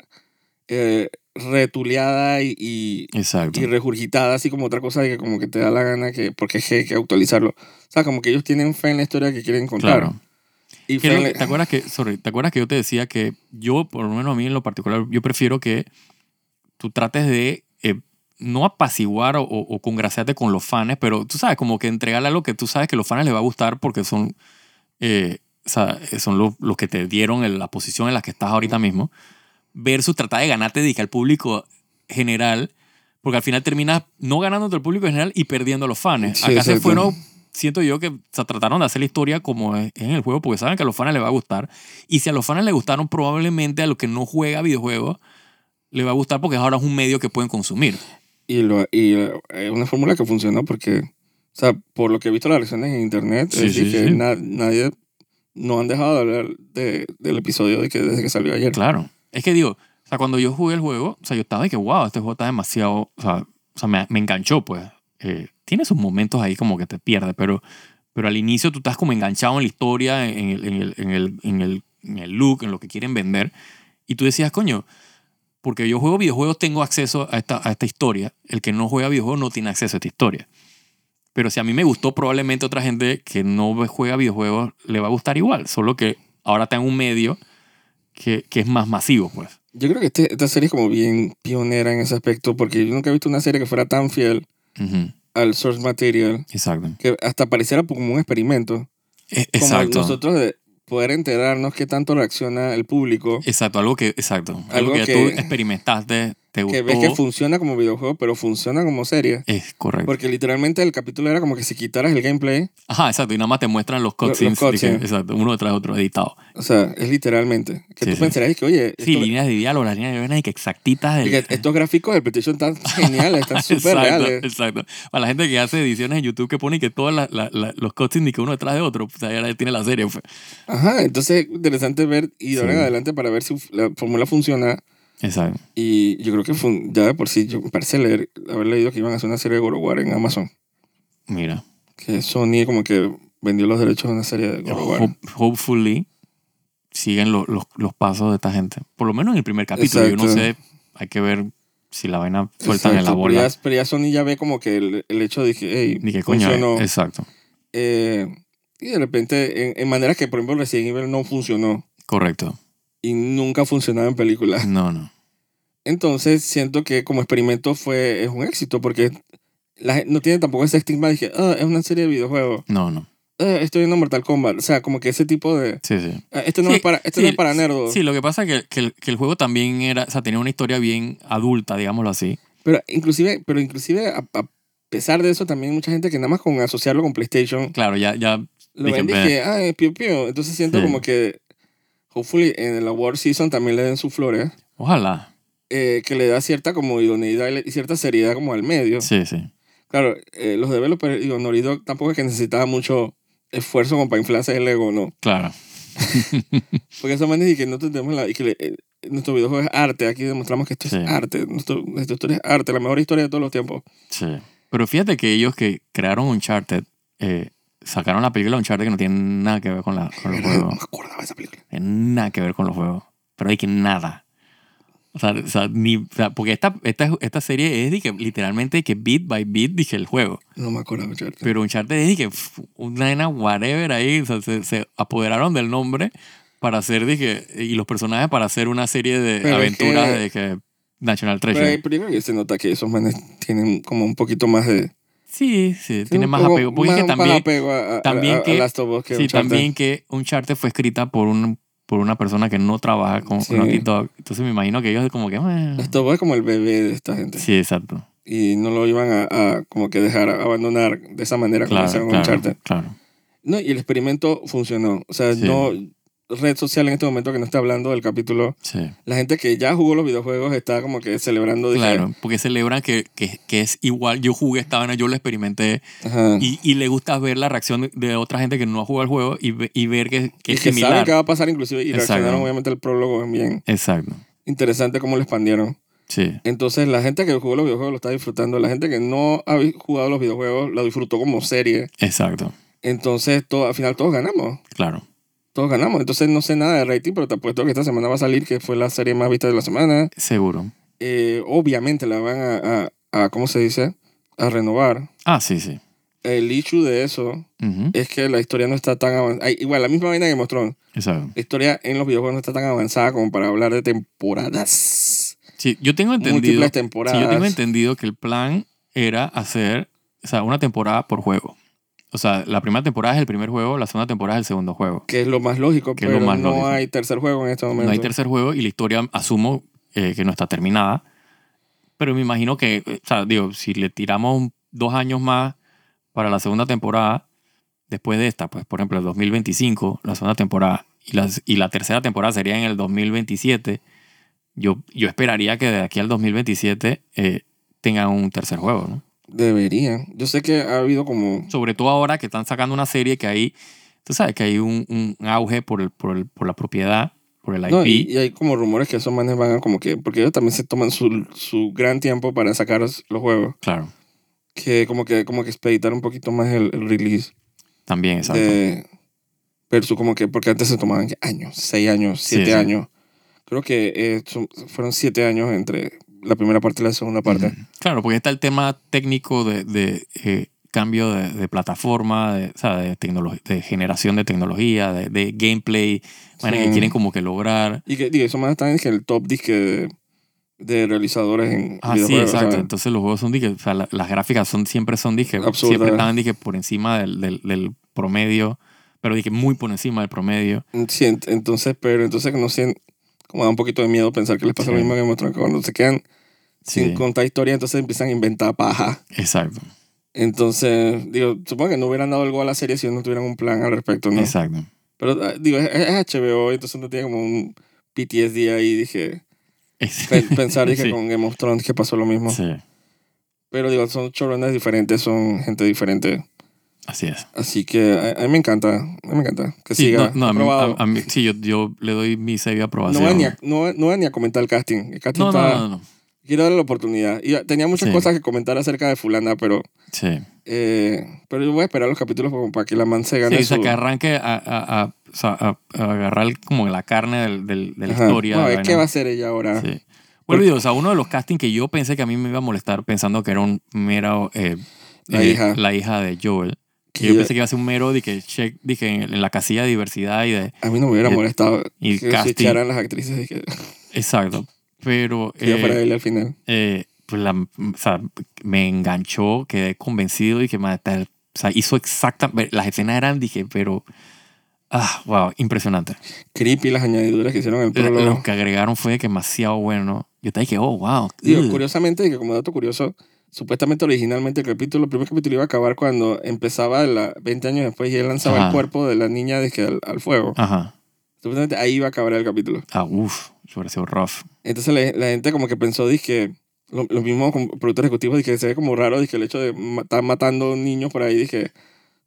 Speaker 1: eh, retuleada y, y,
Speaker 2: Exacto.
Speaker 1: y regurgitada, así como otra cosa que como que te da la gana, que porque es que hay que actualizarlo. O sea, como que ellos tienen fe en la historia que quieren contar.
Speaker 2: Claro.
Speaker 1: Y
Speaker 2: ¿Qué
Speaker 1: fe
Speaker 2: es lo
Speaker 1: en
Speaker 2: que-
Speaker 1: la-
Speaker 2: ¿Te acuerdas que, sorry, ¿te acuerdas que yo te decía que yo, por lo menos a mí en lo particular, yo prefiero que tú trates de eh, no apaciguar o, o- o congraciarte con los fans, pero tú sabes, como que entregarle algo que tú sabes que los fans les va a gustar porque son, eh, o sea, son los, los que te dieron en la posición en la que estás ahorita mismo, versus tratar de ganarte de que al público general, porque al final terminas no ganándote al público general y perdiendo a los fans.
Speaker 1: Sí,
Speaker 2: Acá se
Speaker 1: exacto.
Speaker 2: fueron siento yo que se trataron de hacer la historia como es es en el juego porque saben que a los fans les va a gustar. Y si a los fans les gustaron, probablemente a los que no juega videojuegos le va a gustar porque ahora es un medio que pueden consumir.
Speaker 1: Y, lo, y eh, es una fórmula que funcionó porque, o sea, por lo que he visto las reacciones en internet,
Speaker 2: Sí,
Speaker 1: es decir,
Speaker 2: sí,
Speaker 1: que
Speaker 2: sí.
Speaker 1: na- nadie, no han dejado de hablar de- del episodio de que, desde que salió ayer.
Speaker 2: Claro. Es que digo, o sea, cuando yo jugué el juego, o sea, yo estaba de que, wow, este juego está demasiado, o sea, o sea, me, me enganchó, pues. Eh, tiene sus momentos ahí como que te pierdes, pero, pero al inicio tú estás como enganchado en la historia, en el, en el, en el, en el, en el look, en lo que quieren vender. Y tú decías, coño, porque yo juego videojuegos, tengo acceso a esta, a esta historia. El que no juega videojuegos no tiene acceso a esta historia. Pero si a mí me gustó, probablemente otra gente que no juega videojuegos le va a gustar igual. Solo que ahora está en un medio que, que es más masivo, pues.
Speaker 1: Yo creo que este- esta serie es como bien pionera en ese aspecto porque yo nunca he visto una serie que fuera tan fiel
Speaker 2: Ujú,
Speaker 1: al source material
Speaker 2: Exacto.
Speaker 1: que hasta pareciera como un experimento.
Speaker 2: E-
Speaker 1: Como
Speaker 2: exacto.
Speaker 1: nosotros de poder enterarnos qué tanto reacciona el público.
Speaker 2: Exacto, algo que, exacto. Algo,
Speaker 1: Algo
Speaker 2: que, ya
Speaker 1: que-
Speaker 2: tú experimentaste, te gustó.
Speaker 1: Que ves que funciona como videojuego, pero funciona como serie.
Speaker 2: es correcto.
Speaker 1: Porque literalmente el capítulo era como que si quitaras el gameplay.
Speaker 2: Ajá, exacto. Y nada más te muestran los
Speaker 1: Los- los
Speaker 2: cutscenes. dije,
Speaker 1: cutscenes.
Speaker 2: exacto, uno detrás de otro editado.
Speaker 1: O sea, es literalmente. Que
Speaker 2: Sí,
Speaker 1: tú
Speaker 2: sí.
Speaker 1: pensarías que, oye,
Speaker 2: Sí,
Speaker 1: esto-
Speaker 2: líneas de diálogo, las líneas de vena y que exactitas del,
Speaker 1: y que
Speaker 2: (laughs)
Speaker 1: estos gráficos del Petition están geniales, están súper
Speaker 2: exacto,
Speaker 1: reales.
Speaker 2: exacto. Para la gente que hace ediciones en YouTube que pone que todos los cutscenes ni que uno detrás de otro, pues ahí ahora tiene la serie. pues.
Speaker 1: Ajá, entonces interesante ver y de ahora en
Speaker 2: Sí.
Speaker 1: adelante para ver si la fórmula funciona.
Speaker 2: Exacto.
Speaker 1: Y yo creo que fun- ya de por sí, yo me parece leer, haber leído que iban a hacer una serie de God of War en Amazon.
Speaker 2: Mira,
Speaker 1: Que Sony como que vendió los derechos de una serie de God of War.
Speaker 2: hope- hopefully siguen lo- los, los pasos de esta gente. Por lo menos en el primer capítulo. Yo no sé,
Speaker 1: Exacto.
Speaker 2: hay que ver si la vaina sueltan en la
Speaker 1: Exacto, pero
Speaker 2: bola.
Speaker 1: ya- Pero ya Sony ya ve como que el, el hecho de que, hey,
Speaker 2: Ni que coño.
Speaker 1: funcionó.
Speaker 2: eh, Exacto.
Speaker 1: Eh, y de repente, en, en maneras que, por ejemplo, Resident Evil no funcionó
Speaker 2: Correcto.
Speaker 1: y nunca ha funcionado en películas.
Speaker 2: No, no.
Speaker 1: Entonces, siento que como experimento fue, es un éxito porque la gen- no tiene tampoco ese estigma de que "Ah, es una serie de videojuegos,
Speaker 2: No, no.
Speaker 1: Ah, estoy viendo Mortal Kombat. O sea, como que ese tipo de.
Speaker 2: Sí, sí.
Speaker 1: "Ah, este no,
Speaker 2: Sí,
Speaker 1: es, para, este
Speaker 2: sí,
Speaker 1: no es para nerdos.
Speaker 2: Sí, lo que pasa es que, que el, que el juego también era, o sea, tenía una historia bien adulta, digámoslo así.
Speaker 1: Pero inclusive, pero inclusive a, a pesar de eso, también hay mucha gente que nada más con asociarlo con PlayStation
Speaker 2: Claro, ya, ya
Speaker 1: lo
Speaker 2: Dije,
Speaker 1: ven y
Speaker 2: "Ve".
Speaker 1: que, ah, es piu piu". Entonces siento
Speaker 2: Sí.
Speaker 1: como que, hopefully, en el award season también le den sus flores.
Speaker 2: Ojalá.
Speaker 1: eh, que le da cierta como idoneidad y le- y cierta seriedad como al medio.
Speaker 2: Sí, sí.
Speaker 1: Claro, eh, los developers y Honoridog tampoco es que necesitaba mucho esfuerzo como para inflarse el ego, ¿no?
Speaker 2: Claro.
Speaker 1: Porque esa manera y que no tenemos la... Y que le- eh, nuestro videojuego es arte, aquí demostramos que esto
Speaker 2: Sí. Ah,
Speaker 1: es arte, nuestro, nuestra historia es arte, la mejor historia de todos los tiempos.
Speaker 2: Sí. Pero fíjate que ellos que crearon Uncharted, eh, sacaron la película Uncharted que no tiene nada que ver con, la, con el
Speaker 1: Verdad, No
Speaker 2: juego.
Speaker 1: me acordaba de esa película.
Speaker 2: Tiene nada que ver con los juegos. Pero hay que nada. O sea, o sea, ni, o sea, porque esta, esta, esta serie es dije, literalmente que beat by beat dije el juego.
Speaker 1: No me acordaba, Charter.
Speaker 2: Pero Uncharted es dije, pf, una nena whatever ahí. o sea, se, se apoderaron del nombre para hacer, dije, y los personajes para hacer una serie de
Speaker 1: Pero es
Speaker 2: aventuras
Speaker 1: que-
Speaker 2: de que National
Speaker 1: Pero,
Speaker 2: Treasure.
Speaker 1: ahí- pero yo creo que se nota que esos manes tienen como un poquito más de...
Speaker 2: Sí, sí, tiene
Speaker 1: un
Speaker 2: más
Speaker 1: poco-
Speaker 2: apego. Porque es
Speaker 1: más-
Speaker 2: que
Speaker 1: más
Speaker 2: también,
Speaker 1: apego a, a-
Speaker 2: también
Speaker 1: a- a
Speaker 2: que-
Speaker 1: Last of Us que
Speaker 2: sí,
Speaker 1: Uncharted.
Speaker 2: también que Uncharted fue escrita por un por una persona que no trabaja con
Speaker 1: Sí.
Speaker 2: Naughty Dog. Entonces me imagino que ellos como que... "Ah".
Speaker 1: Last of Us es como el bebé de esta gente.
Speaker 2: Sí, exacto.
Speaker 1: y no lo iban a, a como que dejar abandonar de esa manera como
Speaker 2: Claro,
Speaker 1: hicieron con
Speaker 2: claro,
Speaker 1: Uncharted.
Speaker 2: claro.
Speaker 1: No, y el experimento funcionó. O sea,
Speaker 2: Sí.
Speaker 1: no red social en este momento que no está hablando del capítulo.
Speaker 2: Sí,
Speaker 1: La gente que ya jugó los videojuegos está como que celebrando. dije,
Speaker 2: claro. Porque celebran que, que, que es igual. Yo jugué esta vaina, yo lo experimenté.
Speaker 1: ajá. Y,
Speaker 2: Y, y le gusta ver la reacción de- de otra gente que no ha jugado el juego y, ve- y ver que, que es
Speaker 1: que saben
Speaker 2: similar.
Speaker 1: qué va a pasar inclusive. Y
Speaker 2: Exacto.
Speaker 1: reaccionaron obviamente el prólogo. Es bien
Speaker 2: Exacto.
Speaker 1: interesante cómo lo expandieron.
Speaker 2: Sí,
Speaker 1: Entonces la gente que jugó los videojuegos lo está disfrutando. La gente que no ha vi- jugado los videojuegos lo disfrutó como serie.
Speaker 2: exacto.
Speaker 1: Entonces todo, al final todos ganamos.
Speaker 2: Claro.
Speaker 1: Todos ganamos. Entonces no sé nada de rating, pero te apuesto que esta semana va a salir, que fue la serie más vista de la semana.
Speaker 2: Seguro.
Speaker 1: Eh, obviamente la van a, a, a- ¿cómo se dice? A renovar.
Speaker 2: Ah, sí, sí.
Speaker 1: El issue de eso
Speaker 2: Ujú,
Speaker 1: es que la historia no está tan avanzada. Igual, la misma vaina que mostró.
Speaker 2: Exacto.
Speaker 1: La historia en los videojuegos no está tan avanzada como para hablar de temporadas.
Speaker 2: Sí, yo tengo entendido...
Speaker 1: Múltiples
Speaker 2: Sí,
Speaker 1: temporadas.
Speaker 2: yo tengo entendido que el plan era hacer, o sea, una temporada por juego. O sea, la primera temporada es el primer juego, la segunda temporada es el segundo juego.
Speaker 1: que es lo más lógico,
Speaker 2: Que es
Speaker 1: pero
Speaker 2: lo más
Speaker 1: no
Speaker 2: lógico.
Speaker 1: hay tercer juego en este momento.
Speaker 2: No hay tercer juego y la historia asumo eh, que no está terminada. Pero me imagino que, eh, o sea, digo, si le tiramos un- dos años más para la segunda temporada, después de esta, pues por ejemplo el 2025, la segunda temporada, y, las, y la tercera temporada sería en el 2027, Yo, yo esperaría que de aquí al 2027 eh, tengan un tercer juego, ¿no?
Speaker 1: Deberían. Yo sé que ha habido como...
Speaker 2: Sobre todo ahora que están sacando una serie que hay, tú sabes, que hay un, un auge por, el, por, el- por la propiedad, por el IP.
Speaker 1: No, y, y hay como rumores que esos manes van a como que... Porque ellos también se toman su, su gran tiempo para sacar los los juegos.
Speaker 2: Claro,
Speaker 1: Que como que, como que expeditar un poquito más el, el release.
Speaker 2: también, exacto.
Speaker 1: de versus como que porque antes se tomaban años seis años
Speaker 2: Sí,
Speaker 1: siete
Speaker 2: sí.
Speaker 1: años creo que eh, son- fueron siete años entre la primera parte y la segunda parte
Speaker 2: Ujú. Claro, porque está el tema técnico de, de, eh, cambio de, de plataforma, de, o sea, de, tecnolo- de generación de tecnología, de, de gameplay, bueno, que
Speaker 1: Sí.
Speaker 2: quieren como que lograr.
Speaker 1: y que digo eso más están en el top disque de, de realizadores en
Speaker 2: Ah, sí,
Speaker 1: videojuegos,
Speaker 2: exacto.
Speaker 1: ¿sabes?
Speaker 2: Entonces los juegos son, dije, o sea, la- las gráficas son, siempre son, dije,
Speaker 1: Absurdas.
Speaker 2: siempre estaban, dije, por encima del, del, del promedio, pero dije, muy por encima del promedio.
Speaker 1: Sí, ent- entonces pero entonces no sé como da un poquito de miedo pensar que les pasa lo
Speaker 2: Sí.
Speaker 1: mismo que Game of Thrones, que cuando se quedan
Speaker 2: Sí,
Speaker 1: sin contar historia entonces empiezan a inventar paja
Speaker 2: exacto,
Speaker 1: entonces digo supongo que no hubieran dado algo a la serie si no tuvieran un plan al respecto no
Speaker 2: exacto.
Speaker 1: Pero ah, digo, es, es HBO, entonces uno tiene como un PTSD ahí, dije,
Speaker 2: (laughs) Es-
Speaker 1: pe- pensar dije,
Speaker 2: sí,
Speaker 1: con Game of Thrones que pasó lo mismo.
Speaker 2: sí,
Speaker 1: Pero digo, son showrunners diferentes, son gente diferente.
Speaker 2: así es.
Speaker 1: Así que a, a mí me encanta, a mí me encanta que
Speaker 2: Sí,
Speaker 1: siga.
Speaker 2: no, no, a mí-
Speaker 1: aprobado.
Speaker 2: a- a mí- sí, yo, yo le doy mi sello de
Speaker 1: no
Speaker 2: aprobación.
Speaker 1: voy, ni a, no, voy- no voy ni a comentar el casting. El casting
Speaker 2: no,
Speaker 1: está...
Speaker 2: no, no, no.
Speaker 1: Quiero darle la oportunidad. Y ah, tenía muchas
Speaker 2: Sí.
Speaker 1: cosas que comentar acerca de fulana, pero...
Speaker 2: Sí. eh,
Speaker 1: eh, pero yo voy a esperar los capítulos como para que la man se gane
Speaker 2: Sí, o sea,
Speaker 1: su-
Speaker 2: que arranque a, a- a- o sea, a- a agarrar como la carne del, del- de la
Speaker 1: Ajá.
Speaker 2: historia.
Speaker 1: Vamos a
Speaker 2: la
Speaker 1: ver, ¿qué va a
Speaker 2: vaina.
Speaker 1: hacer ella ahora?
Speaker 2: Sí. Bueno, digo, o sea, uno de los castings que yo pensé que a mí me iba a molestar pensando que era un mero... eh,
Speaker 1: La
Speaker 2: eh,
Speaker 1: hija.
Speaker 2: La hija de Joel. Que
Speaker 1: Que
Speaker 2: yo pensé que iba a ser un mero de que check, dije, en, en la casilla de diversidad y de...
Speaker 1: A mí no me hubiera
Speaker 2: Eh,
Speaker 1: molestado
Speaker 2: y
Speaker 1: que
Speaker 2: casting.
Speaker 1: switcharan las actrices y que,
Speaker 2: Exacto. Pero...
Speaker 1: que yo
Speaker 2: eh,
Speaker 1: fuera él al final.
Speaker 2: eh, pues la- o sea, me enganchó, quedé convencido y que ma, tal- o sea, hizo exactamente, las escenas eran, dije, pero, ah, wow, impresionante.
Speaker 1: Creepy las añadiduras que hicieron en el
Speaker 2: eh, Lo,
Speaker 1: prólogo.
Speaker 2: que agregaron fue demasiado bueno. Yo te dije, oh, wow.
Speaker 1: Digo,
Speaker 2: ugh.
Speaker 1: curiosamente, y que como dato curioso, supuestamente originalmente el capítulo, el primer capítulo iba a acabar cuando empezaba la 20 años después y él lanzaba
Speaker 2: Ajá. Ah.
Speaker 1: el cuerpo de la niña de que al, al fuego.
Speaker 2: Ajá.
Speaker 1: Supuestamente ahí iba a acabar el capítulo.
Speaker 2: Ah, uff, pareció rough.
Speaker 1: Entonces la, la gente como que pensó, dije, lo, lo mismo con productores ejecutivos, dije, se ve como raro, dije, el hecho de ma- estar matando niños por ahí, dije,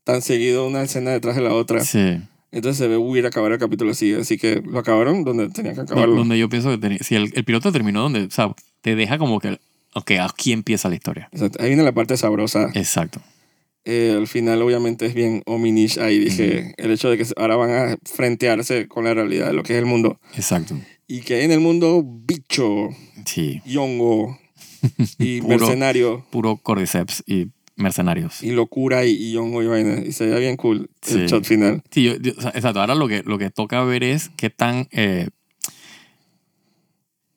Speaker 1: tan seguido una escena detrás de la otra.
Speaker 2: Sí.
Speaker 1: Entonces se ve hubiera acabar el capítulo así, así que lo acabaron donde tenían que
Speaker 2: Do-
Speaker 1: acabarlo.
Speaker 2: Donde yo pienso que tenía- si el, el piloto terminó, donde, o sea, te deja como que, ok, aquí empieza la historia.
Speaker 1: Exacto. Ahí viene la parte sabrosa.
Speaker 2: Exacto.
Speaker 1: Eh, al final, obviamente, es bien hominish ahí. Dije, el hecho de que ahora van a frentearse con la realidad de lo que es el mundo.
Speaker 2: Exacto.
Speaker 1: Y que hay en el mundo bicho,
Speaker 2: Sí.
Speaker 1: y hongo, y
Speaker 2: (laughs) Puro.
Speaker 1: mercenario,
Speaker 2: Puro cordyceps y mercenarios.
Speaker 1: y locura, y, y hongo y vaina. Y se veía bien cool
Speaker 2: Sí.
Speaker 1: el shot final.
Speaker 2: Sí, yo- yo- o sea, exacto. Ahora lo que, lo que toca ver es qué tan. eh,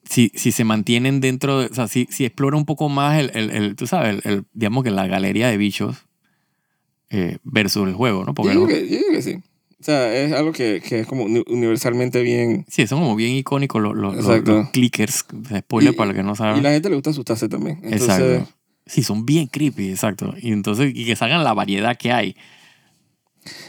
Speaker 2: si, si se mantienen dentro. de- o sea, si, si explora un poco más el. el- el- tú sabes, el, el- digamos que la galería de bichos eh, versus el juego, ¿no?
Speaker 1: Yo
Speaker 2: Porque.
Speaker 1: digo,
Speaker 2: no-
Speaker 1: que, yo digo que sí. O sea, es algo que, que es como uni- universalmente bien.
Speaker 2: Sí, son como bien icónicos los, los, los-
Speaker 1: Exacto.
Speaker 2: los clickers. Spoiler
Speaker 1: Y-
Speaker 2: para los que no
Speaker 1: Y
Speaker 2: saben.
Speaker 1: la gente le gusta asustarse también. Entonces,
Speaker 2: Ah. exacto. Sí, son bien creepy, exacto. Y entonces, y que salgan la variedad que hay.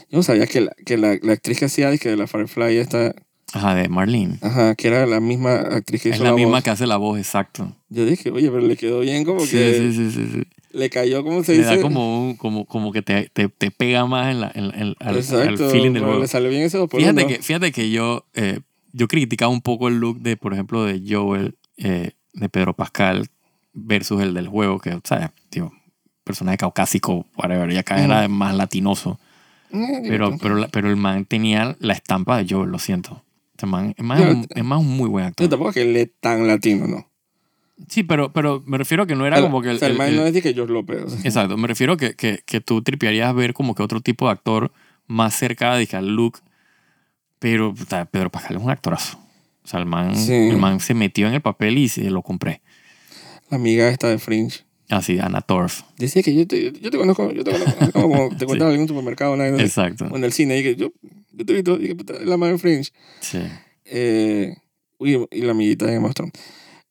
Speaker 1: yo no sabía que la, que la, la actriz que hacía, que de la Firefly, esta,
Speaker 2: Ajá, de Marlene.
Speaker 1: ajá, que era la misma actriz que
Speaker 2: Es
Speaker 1: hizo
Speaker 2: la misma
Speaker 1: voz.
Speaker 2: que hace la voz, exacto.
Speaker 1: Yo dije, oye, pero le quedó bien como
Speaker 2: Sí,
Speaker 1: que
Speaker 2: sí, sí, sí, sí.
Speaker 1: le cayó, como se
Speaker 2: le
Speaker 1: dice?
Speaker 2: da como, un- como, como que te, te, te pega más en la, en, en- al, al
Speaker 1: Exacto,
Speaker 2: feeling del
Speaker 1: pero
Speaker 2: juego.
Speaker 1: le salió bien pues, ese dos por
Speaker 2: Fíjate
Speaker 1: uno.
Speaker 2: que, fíjate que yo, eh, yo criticaba un poco el look de, por ejemplo, de Joel, eh, de Pedro Pascal, versus el del juego, que, o sea, tío, personaje caucásico, whatever, y acá
Speaker 1: Ujú.
Speaker 2: era más latinoso.
Speaker 1: Eh, digo,
Speaker 2: Pero,
Speaker 1: tú.
Speaker 2: pero, la- pero el man tenía la estampa de Joel, lo siento. O sea, el man, el man
Speaker 1: Yo-
Speaker 2: es, un, el man es un muy buen
Speaker 1: Yo
Speaker 2: actor.
Speaker 1: tampoco es que él es tan latino, ¿no?
Speaker 2: Sí, pero, pero me refiero a que no era
Speaker 1: O sea,
Speaker 2: como que...
Speaker 1: o sea, el, man
Speaker 2: el-
Speaker 1: no es de que George López. o sea,
Speaker 2: Exacto, me refiero que, que, que tú tripearías ver como que otro tipo de actor más cerca dije, al look, pero puta, Pedro Pascal es un actorazo. O sea, el man,
Speaker 1: Sí.
Speaker 2: el man se metió en el papel y se lo compré.
Speaker 1: la amiga esta de Fringe.
Speaker 2: Así, Anna Torf.
Speaker 1: Decía que yo te, yo te conozco, yo te conozco. Es como
Speaker 2: (laughs)
Speaker 1: cuando te encuentras en un supermercado ¿no? en, el-
Speaker 2: Exacto.
Speaker 1: o en el cine. Y que yo, yo te he visto, y que, puta, es la madre de Fringe.
Speaker 2: Sí.
Speaker 1: Eh, uy, y la amiguita de Game of Thrones.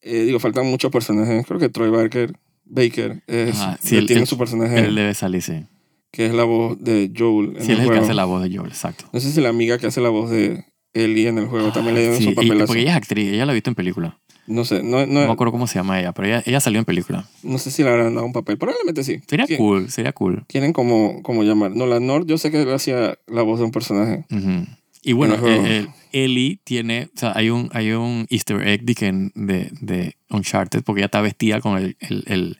Speaker 1: Eh, digo, faltan muchos personajes. Creo que Troy Barker, Baker, es,
Speaker 2: Ajá, sí, el-
Speaker 1: tiene
Speaker 2: el-
Speaker 1: su personaje.
Speaker 2: Él debe salir, sí.
Speaker 1: que es la voz de Joel en
Speaker 2: Sí,
Speaker 1: el
Speaker 2: él es el que
Speaker 1: juego.
Speaker 2: hace la voz de Joel, exacto.
Speaker 1: No sé si la amiga que hace la voz de Ellie en el juego también le dieron
Speaker 2: Ah, Sí,
Speaker 1: su
Speaker 2: y-
Speaker 1: papelazo. Ah.
Speaker 2: porque ella es actriz, ella la ha visto en película.
Speaker 1: No sé, no,
Speaker 2: No me
Speaker 1: no,
Speaker 2: acuerdo cómo se llama ella, pero ella, ella salió en película.
Speaker 1: no sé si le habrán dado un papel. Probablemente sí.
Speaker 2: Sería
Speaker 1: Ti-
Speaker 2: cool, sería cool.
Speaker 1: Tienen como, como llamar. No, la Nord, yo sé que él hacía la voz de un personaje. (laughs)
Speaker 2: Ujú. Y bueno,
Speaker 1: Ujú.
Speaker 2: eh, eh, Ellie tiene, o sea, hay un, hay un easter egg de, que en- de, de Uncharted porque ella está vestida con el, el, el,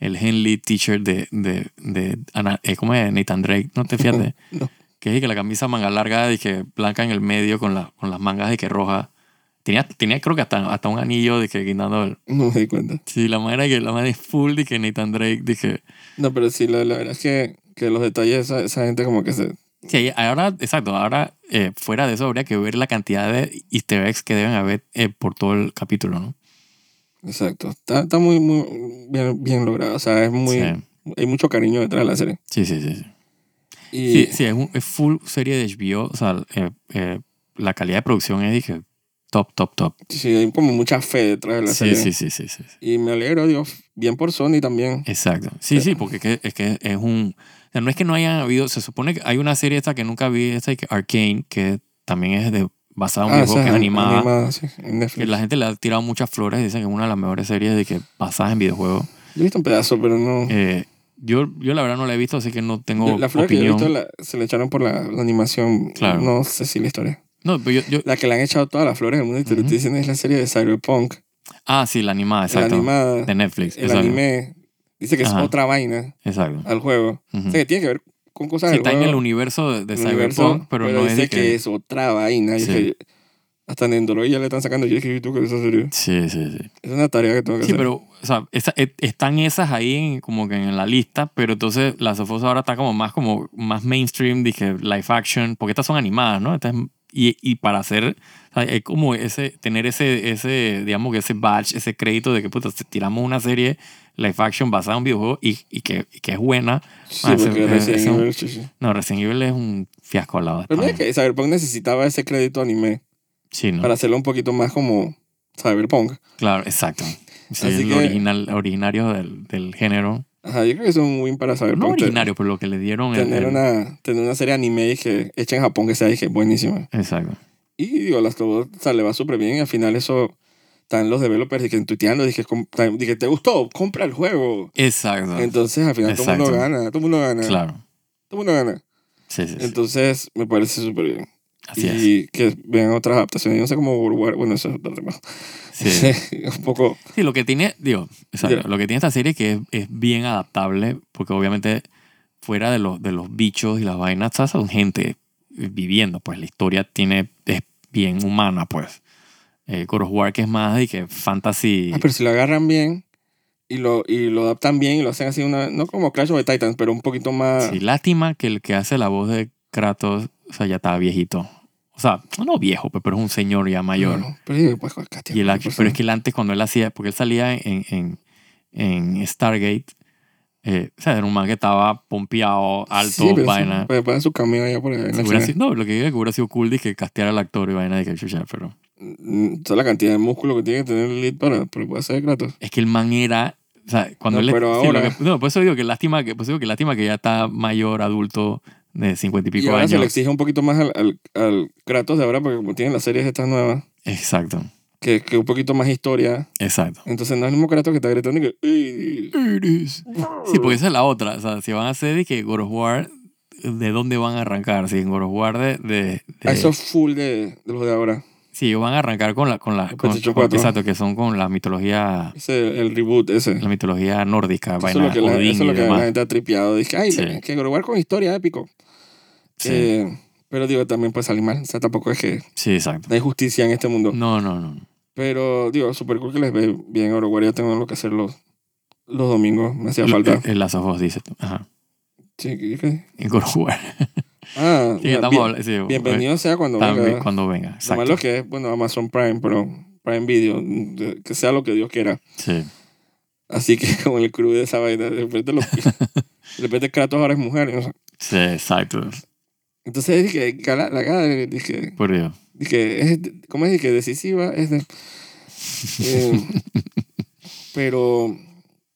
Speaker 2: el Henley t-shirt de, de, de Ana- eh, ¿cómo es? Nathan Drake, ¿no te fíjate?
Speaker 1: No.
Speaker 2: Que es que la camisa manga larga de que blanca en el medio con, la, con las mangas de que roja. Tenía, tenía creo que hasta, hasta un anillo de que guindando el...
Speaker 1: No me di cuenta.
Speaker 2: Sí, la manera que la madre es full de que Nathan Drake, dije...
Speaker 1: No, pero sí, la, la verdad es que, que los detalles, esa, esa gente como que se...
Speaker 2: Sí, ahora, exacto, ahora eh, fuera de eso habría que ver la cantidad de easter eggs que deben haber eh, por todo el capítulo, ¿no?
Speaker 1: Exacto. Está, está muy, muy bien, bien logrado. O sea, es muy...
Speaker 2: Sí,
Speaker 1: Hay mucho cariño detrás de la serie.
Speaker 2: sí, sí. sí, sí.
Speaker 1: Y
Speaker 2: Sí, sí, es, un- es full serie de HBO, o sea, eh, eh, la calidad de producción es, dije, top, top, top.
Speaker 1: sí, hay como mucha fe detrás de la
Speaker 2: Sí,
Speaker 1: serie.
Speaker 2: sí, sí, sí, sí. sí.
Speaker 1: Y me alegro, Dios, bien por Sony también.
Speaker 2: Exacto. Sí, sí, porque es que es, que es un... o sea, no es que no hayan habido... Se supone que hay una serie esta que nunca vi, esta que Arcane, que también es de, basada en un videojuego
Speaker 1: Ah, esa
Speaker 2: que es
Speaker 1: an-
Speaker 2: animada.
Speaker 1: sí, en
Speaker 2: Que
Speaker 1: Netflix.
Speaker 2: la gente le ha tirado muchas flores y dicen que es una de las mejores series de que basadas en videojuegos.
Speaker 1: Yo he visto un pedazo, pero no...
Speaker 2: Eh, yo, yo la verdad no la he visto, así que no tengo
Speaker 1: la flor que yo he
Speaker 2: opinión.
Speaker 1: visto la- se le echaron por la, la animación.
Speaker 2: Claro.
Speaker 1: No sé si la historia.
Speaker 2: No, pero yo, yo-
Speaker 1: La que le han echado todas las flores del mundo y te lo
Speaker 2: Ujú.
Speaker 1: estoy diciendo es la serie de Cyberpunk.
Speaker 2: Ah, sí, la animada,
Speaker 1: La
Speaker 2: exacto.
Speaker 1: animada,
Speaker 2: de Netflix,
Speaker 1: el
Speaker 2: exacto.
Speaker 1: anime. Dice que es
Speaker 2: Ajá.
Speaker 1: otra vaina
Speaker 2: Exacto.
Speaker 1: al juego.
Speaker 2: Ujú.
Speaker 1: O sea, que tiene que ver con cosas del
Speaker 2: Sí, está en el
Speaker 1: juego,
Speaker 2: universo de, de
Speaker 1: el
Speaker 2: Cyberpunk,
Speaker 1: universo,
Speaker 2: pero, no es
Speaker 1: dice
Speaker 2: de
Speaker 1: que...
Speaker 2: que...
Speaker 1: es otra vaina. Y
Speaker 2: Sí.
Speaker 1: que hasta en Endoroid ya le están sacando. Yo dije, ¿tú qué es eso, serio?
Speaker 2: Sí, sí, sí.
Speaker 1: Es una tarea que tengo que
Speaker 2: Sí,
Speaker 1: hacer.
Speaker 2: pero o sea, esa- e- están esas ahí en- como que en la lista, pero entonces la Sofos ahora está como más como más mainstream, dije, live action, porque estas son animadas, ¿no? Estas- y, y para hacer, o sea, es como ese, tener ese, ese, digamos que ese badge, ese crédito de que puta, si tiramos una serie live action basada en un videojuego y, y que, y que es buena.
Speaker 1: Sí,
Speaker 2: Ah, ese-
Speaker 1: porque
Speaker 2: eh,
Speaker 1: Resident
Speaker 2: ese-
Speaker 1: Evil, sí, sí.
Speaker 2: No, Resident Evil es un fiasco al lado de
Speaker 1: Pero mira
Speaker 2: esta.
Speaker 1: que Cyberpunk necesitaba ese crédito anime
Speaker 2: Sí, ah. ¿no?
Speaker 1: para hacerlo un poquito más como Cyberpunk.
Speaker 2: Claro, exacto. Sí,
Speaker 1: Así
Speaker 2: el
Speaker 1: que-
Speaker 2: original, originario del, del género.
Speaker 1: Ajá, yo creo que es un win para Cyberpunk.
Speaker 2: No originario, pero lo que le dieron el-
Speaker 1: tener,
Speaker 2: el-
Speaker 1: una, tener una serie anime y que hecha en Japón que sea dije, buenísima.
Speaker 2: Exacto.
Speaker 1: Y digo, las cosas o sea, le va súper bien y al final eso están los developers dije, tuiteando, dije, com- tan- dije, ¿te gustó? Compra el juego.
Speaker 2: Exacto.
Speaker 1: Entonces al final todo el mundo
Speaker 2: Ah, Exacto.
Speaker 1: gana, todo el mundo gana,
Speaker 2: claro.
Speaker 1: todo el mundo gana.
Speaker 2: Sí, sí, sí.
Speaker 1: Entonces me parece súper bien.
Speaker 2: Así es.
Speaker 1: y que vean otras adaptaciones. Yo no sé cómo War- bueno, eso es otro tema.
Speaker 2: Sí.
Speaker 1: (laughs) un poco,
Speaker 2: Sí, lo que tiene, digo, exacto,
Speaker 1: Ya.
Speaker 2: lo que tiene esta serie es que es, es bien adaptable, porque obviamente fuera de los, de los bichos y las vainas, o sea, son gente viviendo, pues la historia tiene, es bien humana, pues. Eh, God of War, que es más de que fantasy.
Speaker 1: Ah, pero si lo agarran bien y lo, y lo adaptan bien y lo hacen así, una, no como Clash of the Titans, pero un poquito más...
Speaker 2: Sí, lástima que el que hace la voz de Kratos, o sea, ya está viejito. O sea, no viejo, pues, pero es un señor ya mayor.
Speaker 1: No, pero sí, pues, castigo,
Speaker 2: Y el,
Speaker 1: por
Speaker 2: pero es
Speaker 1: favor.
Speaker 2: que él antes cuando él hacía, porque él salía en, en, en Stargate, eh, o sea, era un man que estaba pompeado, alto,
Speaker 1: Sí, pero
Speaker 2: vaina.
Speaker 1: sí, pues, ponen su cameo allá por ahí. en
Speaker 2: Si
Speaker 1: la
Speaker 2: hubiera
Speaker 1: escena.
Speaker 2: sido- no, lo que digo es que hubiera sido cool de que castear al actor y vaina de que chucha, pero
Speaker 1: Mm, Toda la cantidad de músculo que tiene que tener el lead para, para poder ser Kratos.
Speaker 2: es que el man era, o sea, cuando
Speaker 1: No,
Speaker 2: él...
Speaker 1: pero
Speaker 2: sí, lo
Speaker 1: ahora-
Speaker 2: que- no, por eso digo que lástima que, por eso digo que lástima que ya está mayor, adulto, de cincuenta y
Speaker 1: Y
Speaker 2: pico
Speaker 1: ahora se le
Speaker 2: años.
Speaker 1: exige un poquito más al, al, al Kratos de ahora, porque como tienen las series estas nuevas,
Speaker 2: Exacto,
Speaker 1: que, que un poquito más historia,
Speaker 2: exacto.
Speaker 1: entonces no es el mismo Kratos que está gritando y que... "Ey".
Speaker 2: Sí, porque esa es la otra. O sea, si van a hacer de que God of War, ¿de dónde van a arrancar? Si en God of War de... de- de-
Speaker 1: Ah, Eso es full de, de los de ahora.
Speaker 2: Sí, ellos van a arrancar con la, con la,
Speaker 1: El
Speaker 2: con,
Speaker 1: PlayStation
Speaker 2: con-
Speaker 1: 4.
Speaker 2: exacto, que son con la mitología,
Speaker 1: Ese, el reboot ese.
Speaker 2: la mitología nórdica,
Speaker 1: Eso es lo
Speaker 2: vaina,
Speaker 1: que, la,
Speaker 2: Odín
Speaker 1: eso es lo
Speaker 2: y
Speaker 1: que la
Speaker 2: demás.
Speaker 1: gente ha tripeado. Dije, ay,
Speaker 2: Sí.
Speaker 1: que God of War con historia épico.
Speaker 2: Sí,
Speaker 1: Eh, pero digo, también puede salir mal. O sea, tampoco es que
Speaker 2: sí, exacto.
Speaker 1: no hay justicia en este mundo.
Speaker 2: No, no, no.
Speaker 1: Pero digo, super cool que les ve bien a Uruguay. Yo tengo lo que hacer los, los domingos. Me hacía falta.
Speaker 2: El, el Last of Us, dice. tú. Ajá.
Speaker 1: Sí, ¿qué- qué?
Speaker 2: En God of (laughs) War.
Speaker 1: Ah,
Speaker 2: Sí,
Speaker 1: mira,
Speaker 2: estamos
Speaker 1: bien-
Speaker 2: hablando- sí,
Speaker 1: bienvenido sea cuando
Speaker 2: eh, también
Speaker 1: venga.
Speaker 2: cuando venga.
Speaker 1: Lo
Speaker 2: Exacto.
Speaker 1: malo que es, bueno, Amazon Prime, pero Prime Video, de- que sea lo que Dios quiera.
Speaker 2: Sí.
Speaker 1: Así que (laughs) con el crew de esa vaina, de
Speaker 2: (laughs)
Speaker 1: repente, lo, de repente Kratos ahora es mujer. y no sé.
Speaker 2: Sí, exacto.
Speaker 1: Entonces dije, gala- la cara, dije,
Speaker 2: Por Dios.
Speaker 1: dije es, ¿cómo es? Dije, decisiva. Es de- Eh, pero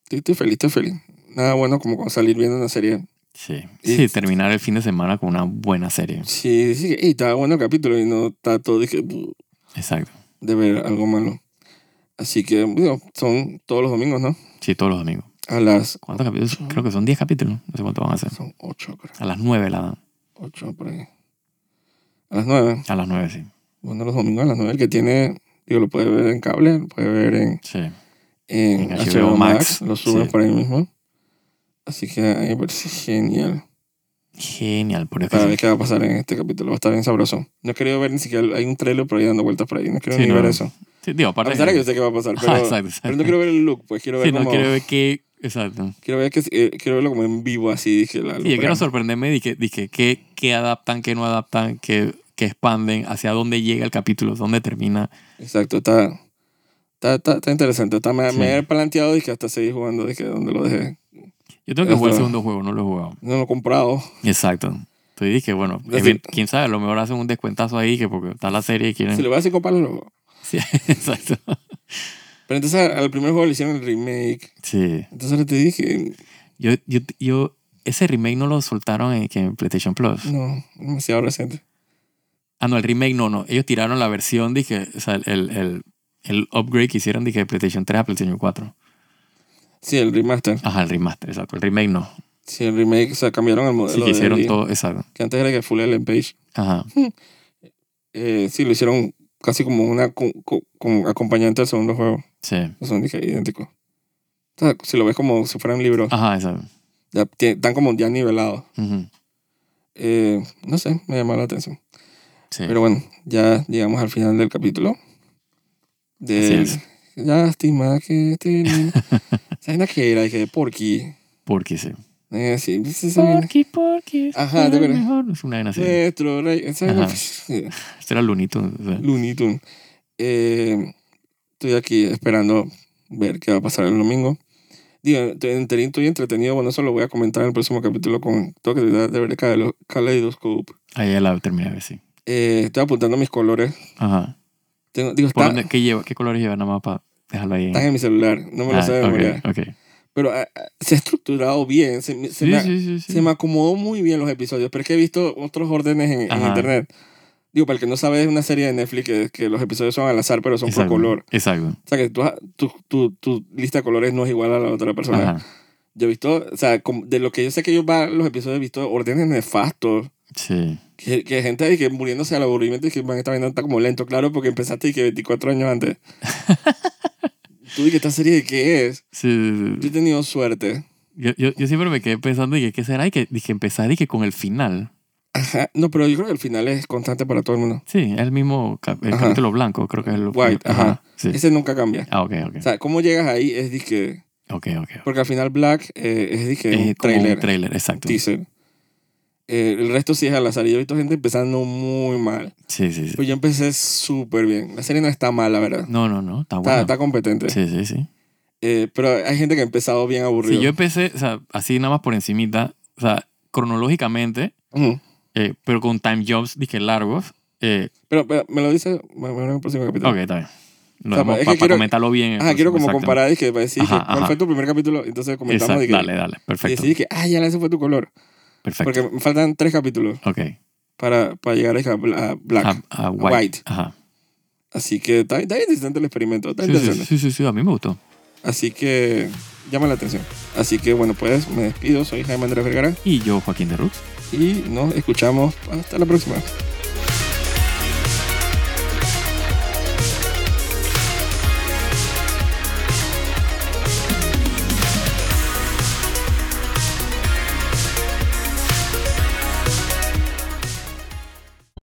Speaker 1: estoy, estoy feliz, estoy feliz. Nada bueno como con salir viendo una serie
Speaker 2: Sí.
Speaker 1: Y-
Speaker 2: Sí, terminar el fin de semana con una buena serie.
Speaker 1: Sí, sí, y estaba bueno el capítulo y no está todo, dije, "Bu",
Speaker 2: Exacto.
Speaker 1: de ver algo malo. Así que bueno, son todos los domingos, ¿no?
Speaker 2: Sí, todos los domingos.
Speaker 1: A las
Speaker 2: ¿Cuántos capítulos? Creo que son 10 capítulos. No sé cuánto van a hacer.
Speaker 1: son ocho, creo.
Speaker 2: A las 9 la dan.
Speaker 1: Ocho por ahí. A las nueve.
Speaker 2: A las 9, sí.
Speaker 1: Bueno, los domingos a las nueve. El que tiene, digo, lo puede ver en cable, lo puede ver en,
Speaker 2: Sí.
Speaker 1: en
Speaker 2: En
Speaker 1: HBO,
Speaker 2: HBO
Speaker 1: Max.
Speaker 2: Max,
Speaker 1: Lo suben
Speaker 2: sí.
Speaker 1: por ahí mismo. Así que ahí me parece genial.
Speaker 2: Genial, por eso.
Speaker 1: Para ver qué va a pasar en este capítulo. Va a estar bien sabroso. No he querido ver ni siquiera. Hay un trailer por ahí dando vueltas por ahí. No quiero
Speaker 2: Sí,
Speaker 1: ni
Speaker 2: no.
Speaker 1: ver eso.
Speaker 2: Sí, digo,
Speaker 1: A
Speaker 2: aparte.
Speaker 1: pesar de que yo
Speaker 2: que-
Speaker 1: sé qué va a
Speaker 2: (laughs)
Speaker 1: pasar. (laughs)
Speaker 2: Ajá,
Speaker 1: Pero,
Speaker 2: exacto, Ah, exacto.
Speaker 1: pero no quiero ver el look, pues quiero ver
Speaker 2: sí,
Speaker 1: como.
Speaker 2: no quiero ver qué. Exacto.
Speaker 1: quiero ver que, eh, quiero verlo como en vivo así. Dije, la,
Speaker 2: Sí, yo quiero
Speaker 1: locura.
Speaker 2: sorprenderme de que, de que, qué- qué adaptan, qué no adaptan, qué, qué expanden, hacia dónde llega el capítulo, dónde termina.
Speaker 1: Exacto, está. Está, está, está interesante. Está, me,
Speaker 2: Sí.
Speaker 1: me he planteado dije, hasta seguir jugando. Dije, ¿dónde lo dejé?
Speaker 2: Yo tengo que
Speaker 1: Eso.
Speaker 2: jugar el segundo juego, no lo he jugado.
Speaker 1: No lo he comprado.
Speaker 2: Exacto. Entonces dije, bueno,
Speaker 1: Así-
Speaker 2: event- quién sabe, a lo mejor hacen un descuentazo ahí que porque está la serie y quieren.
Speaker 1: Si le voy a hacer comprar, lo hago.
Speaker 2: (laughs) Sí, exacto.
Speaker 1: Pero entonces al primer juego le hicieron el remake.
Speaker 2: Sí.
Speaker 1: Entonces le te dije,
Speaker 2: Yo, yo, yo, ese remake no lo soltaron en, que en PlayStation Plus.
Speaker 1: no, demasiado reciente.
Speaker 2: Ah, no, el remake no, no. Ellos tiraron la versión, dije, o sea, el, el, el upgrade que hicieron, dije, de PlayStation 3 a PlayStation 4.
Speaker 1: Sí, el remaster.
Speaker 2: Ajá, el remaster, exacto. El remake no.
Speaker 1: Sí, el remake. O sea, cambiaron el
Speaker 2: Sí,
Speaker 1: modelo.
Speaker 2: que hicieron
Speaker 1: de,
Speaker 2: todo, exacto.
Speaker 1: Que antes era que Full Ellen Page.
Speaker 2: Ajá.
Speaker 1: Eh, sí, lo hicieron casi como una co- co- como acompañante al segundo juego.
Speaker 2: Sí.
Speaker 1: O sea, dije, idéntico. O sea, si lo ves como si fuera un libro,
Speaker 2: Ajá, exacto.
Speaker 1: ya tie- están como ya nivelados.
Speaker 2: Ujú.
Speaker 1: Eh, no sé, me llamó la atención.
Speaker 2: Sí.
Speaker 1: Pero bueno, ya llegamos al final del capítulo. De
Speaker 2: Así
Speaker 1: lástima que te.
Speaker 2: (laughs)
Speaker 1: ¿Sabes una que era? Dije, Porky.
Speaker 2: Porque sí.
Speaker 1: Eh, sí, sí, sí,
Speaker 2: Porque, porque.
Speaker 1: Ajá, Eh.
Speaker 2: será
Speaker 1: ¿te acuerdas?
Speaker 2: mejor. Es una vaina así.
Speaker 1: Nuestro rey. ¿sabes una-
Speaker 2: Ajá.
Speaker 1: (laughs)
Speaker 2: Este era Looney Tunes, o sea.
Speaker 1: Looney Tunes. Eh, estoy aquí esperando ver qué va a pasar el domingo. Digo, estoy entre- estoy entretenido. Bueno, eso lo voy a comentar en el próximo capítulo con todo que tratar de ver Kale- Kaleidoscope.
Speaker 2: Ahí ya la terminé de ver, sí.
Speaker 1: Eh, estoy apuntando mis colores.
Speaker 2: Ajá.
Speaker 1: Tengo, digo,
Speaker 2: ¿Por
Speaker 1: está-
Speaker 2: dónde- qué, lleva, ¿Qué colores lleva nada más para dejarlo ahí? en-
Speaker 1: están en mi celular. No me lo sé de memoria.
Speaker 2: ah, ok, ok.
Speaker 1: Pero ah, ah, se ha estructurado bien. Se, me- se
Speaker 2: Sí,
Speaker 1: me,
Speaker 2: sí, sí, sí.
Speaker 1: se me acomodó muy bien los episodios. Pero es que he visto otros órdenes en, en
Speaker 2: Ajá.
Speaker 1: internet. Digo, para el que no sabe, es una serie de Netflix que, que los episodios son al azar, pero son
Speaker 2: Exacto,
Speaker 1: por color.
Speaker 2: Exacto.
Speaker 1: O sea, que tú has- tu, tu, tu lista de colores no es igual a la de otra persona.
Speaker 2: Ajá.
Speaker 1: Yo he visto, o sea, como- de lo que yo sé que yo va los episodios, he visto órdenes nefastos.
Speaker 2: Sí.
Speaker 1: Que, que gente ahí que muriéndose al aburrimiento y que van esta vaina está como lento, claro, porque empezaste y que 24 años
Speaker 2: (laughs)
Speaker 1: antes. tú dices, ¿esta serie de qué es?
Speaker 2: Sí, sí, sí.
Speaker 1: Yo he tenido suerte.
Speaker 2: Yo, yo, yo siempre me quedé pensando, dije, ¿qué será? Y que dije, empezar y que con el final.
Speaker 1: Ajá. No, pero yo creo que el final es constante para todo el mundo.
Speaker 2: Sí, es el mismo cap- el
Speaker 1: Ajá.
Speaker 2: capítulo blanco, creo que es el
Speaker 1: White, ajá.
Speaker 2: Sí.
Speaker 1: Ese nunca cambia.
Speaker 2: Ah, ok, ok.
Speaker 1: O sea, cómo llegas ahí es disque.
Speaker 2: Ok, ok. ok.
Speaker 1: Porque al final Black eh, es disque un
Speaker 2: Es como
Speaker 1: trailer.
Speaker 2: un trailer, exacto. Sí,
Speaker 1: teaser. Eh, el resto sí es al azar. Y Yo he visto gente empezando muy mal.
Speaker 2: sí, sí.
Speaker 1: Pero yo empecé súper bien. La serie no está mal, la verdad.
Speaker 2: No, no, no, está
Speaker 1: Ah, Está,
Speaker 2: bueno.
Speaker 1: está competente.
Speaker 2: Sí, sí, sí.
Speaker 1: Eh, pero hay gente que ha empezado bien aburrido.
Speaker 2: Si yo empecé, o sea, así nada más por encimita, o sea, cronológicamente,
Speaker 1: Ujú.
Speaker 2: eh, pero con time jumps, dije, largos. Eh,
Speaker 1: pero, pero me lo dice bueno, bueno, en el próximo capítulo.
Speaker 2: ok, está bien.
Speaker 1: O sea, es que
Speaker 2: para
Speaker 1: quiero-
Speaker 2: comentarlo bien. pues,
Speaker 1: Ah, quiero como
Speaker 2: exacto.
Speaker 1: comparar y que para decir
Speaker 2: Ajá,
Speaker 1: que, cuál
Speaker 2: ajá.
Speaker 1: fue tu primer capítulo. Entonces comentamos
Speaker 2: Exacto,
Speaker 1: y que
Speaker 2: dale, dale,
Speaker 1: y
Speaker 2: perfecto.
Speaker 1: decidí que, ah, ya ese fue tu color.
Speaker 2: perfecto.
Speaker 1: Porque me faltan tres capítulos
Speaker 2: Ok.
Speaker 1: para, para llegar a a Black.
Speaker 2: Ah, ah, white.
Speaker 1: White.
Speaker 2: Ajá.
Speaker 1: Así que está, está interesante el experimento. Está
Speaker 2: Sí, sí,
Speaker 1: interesante.
Speaker 2: sí, sí, sí, sí, a mí me gustó.
Speaker 1: Así que llama la atención. Así que bueno, pues me despido. Soy Jaime Andrés Vergara
Speaker 2: Y yo, Joaquín de Rux.
Speaker 1: y nos escuchamos hasta la próxima.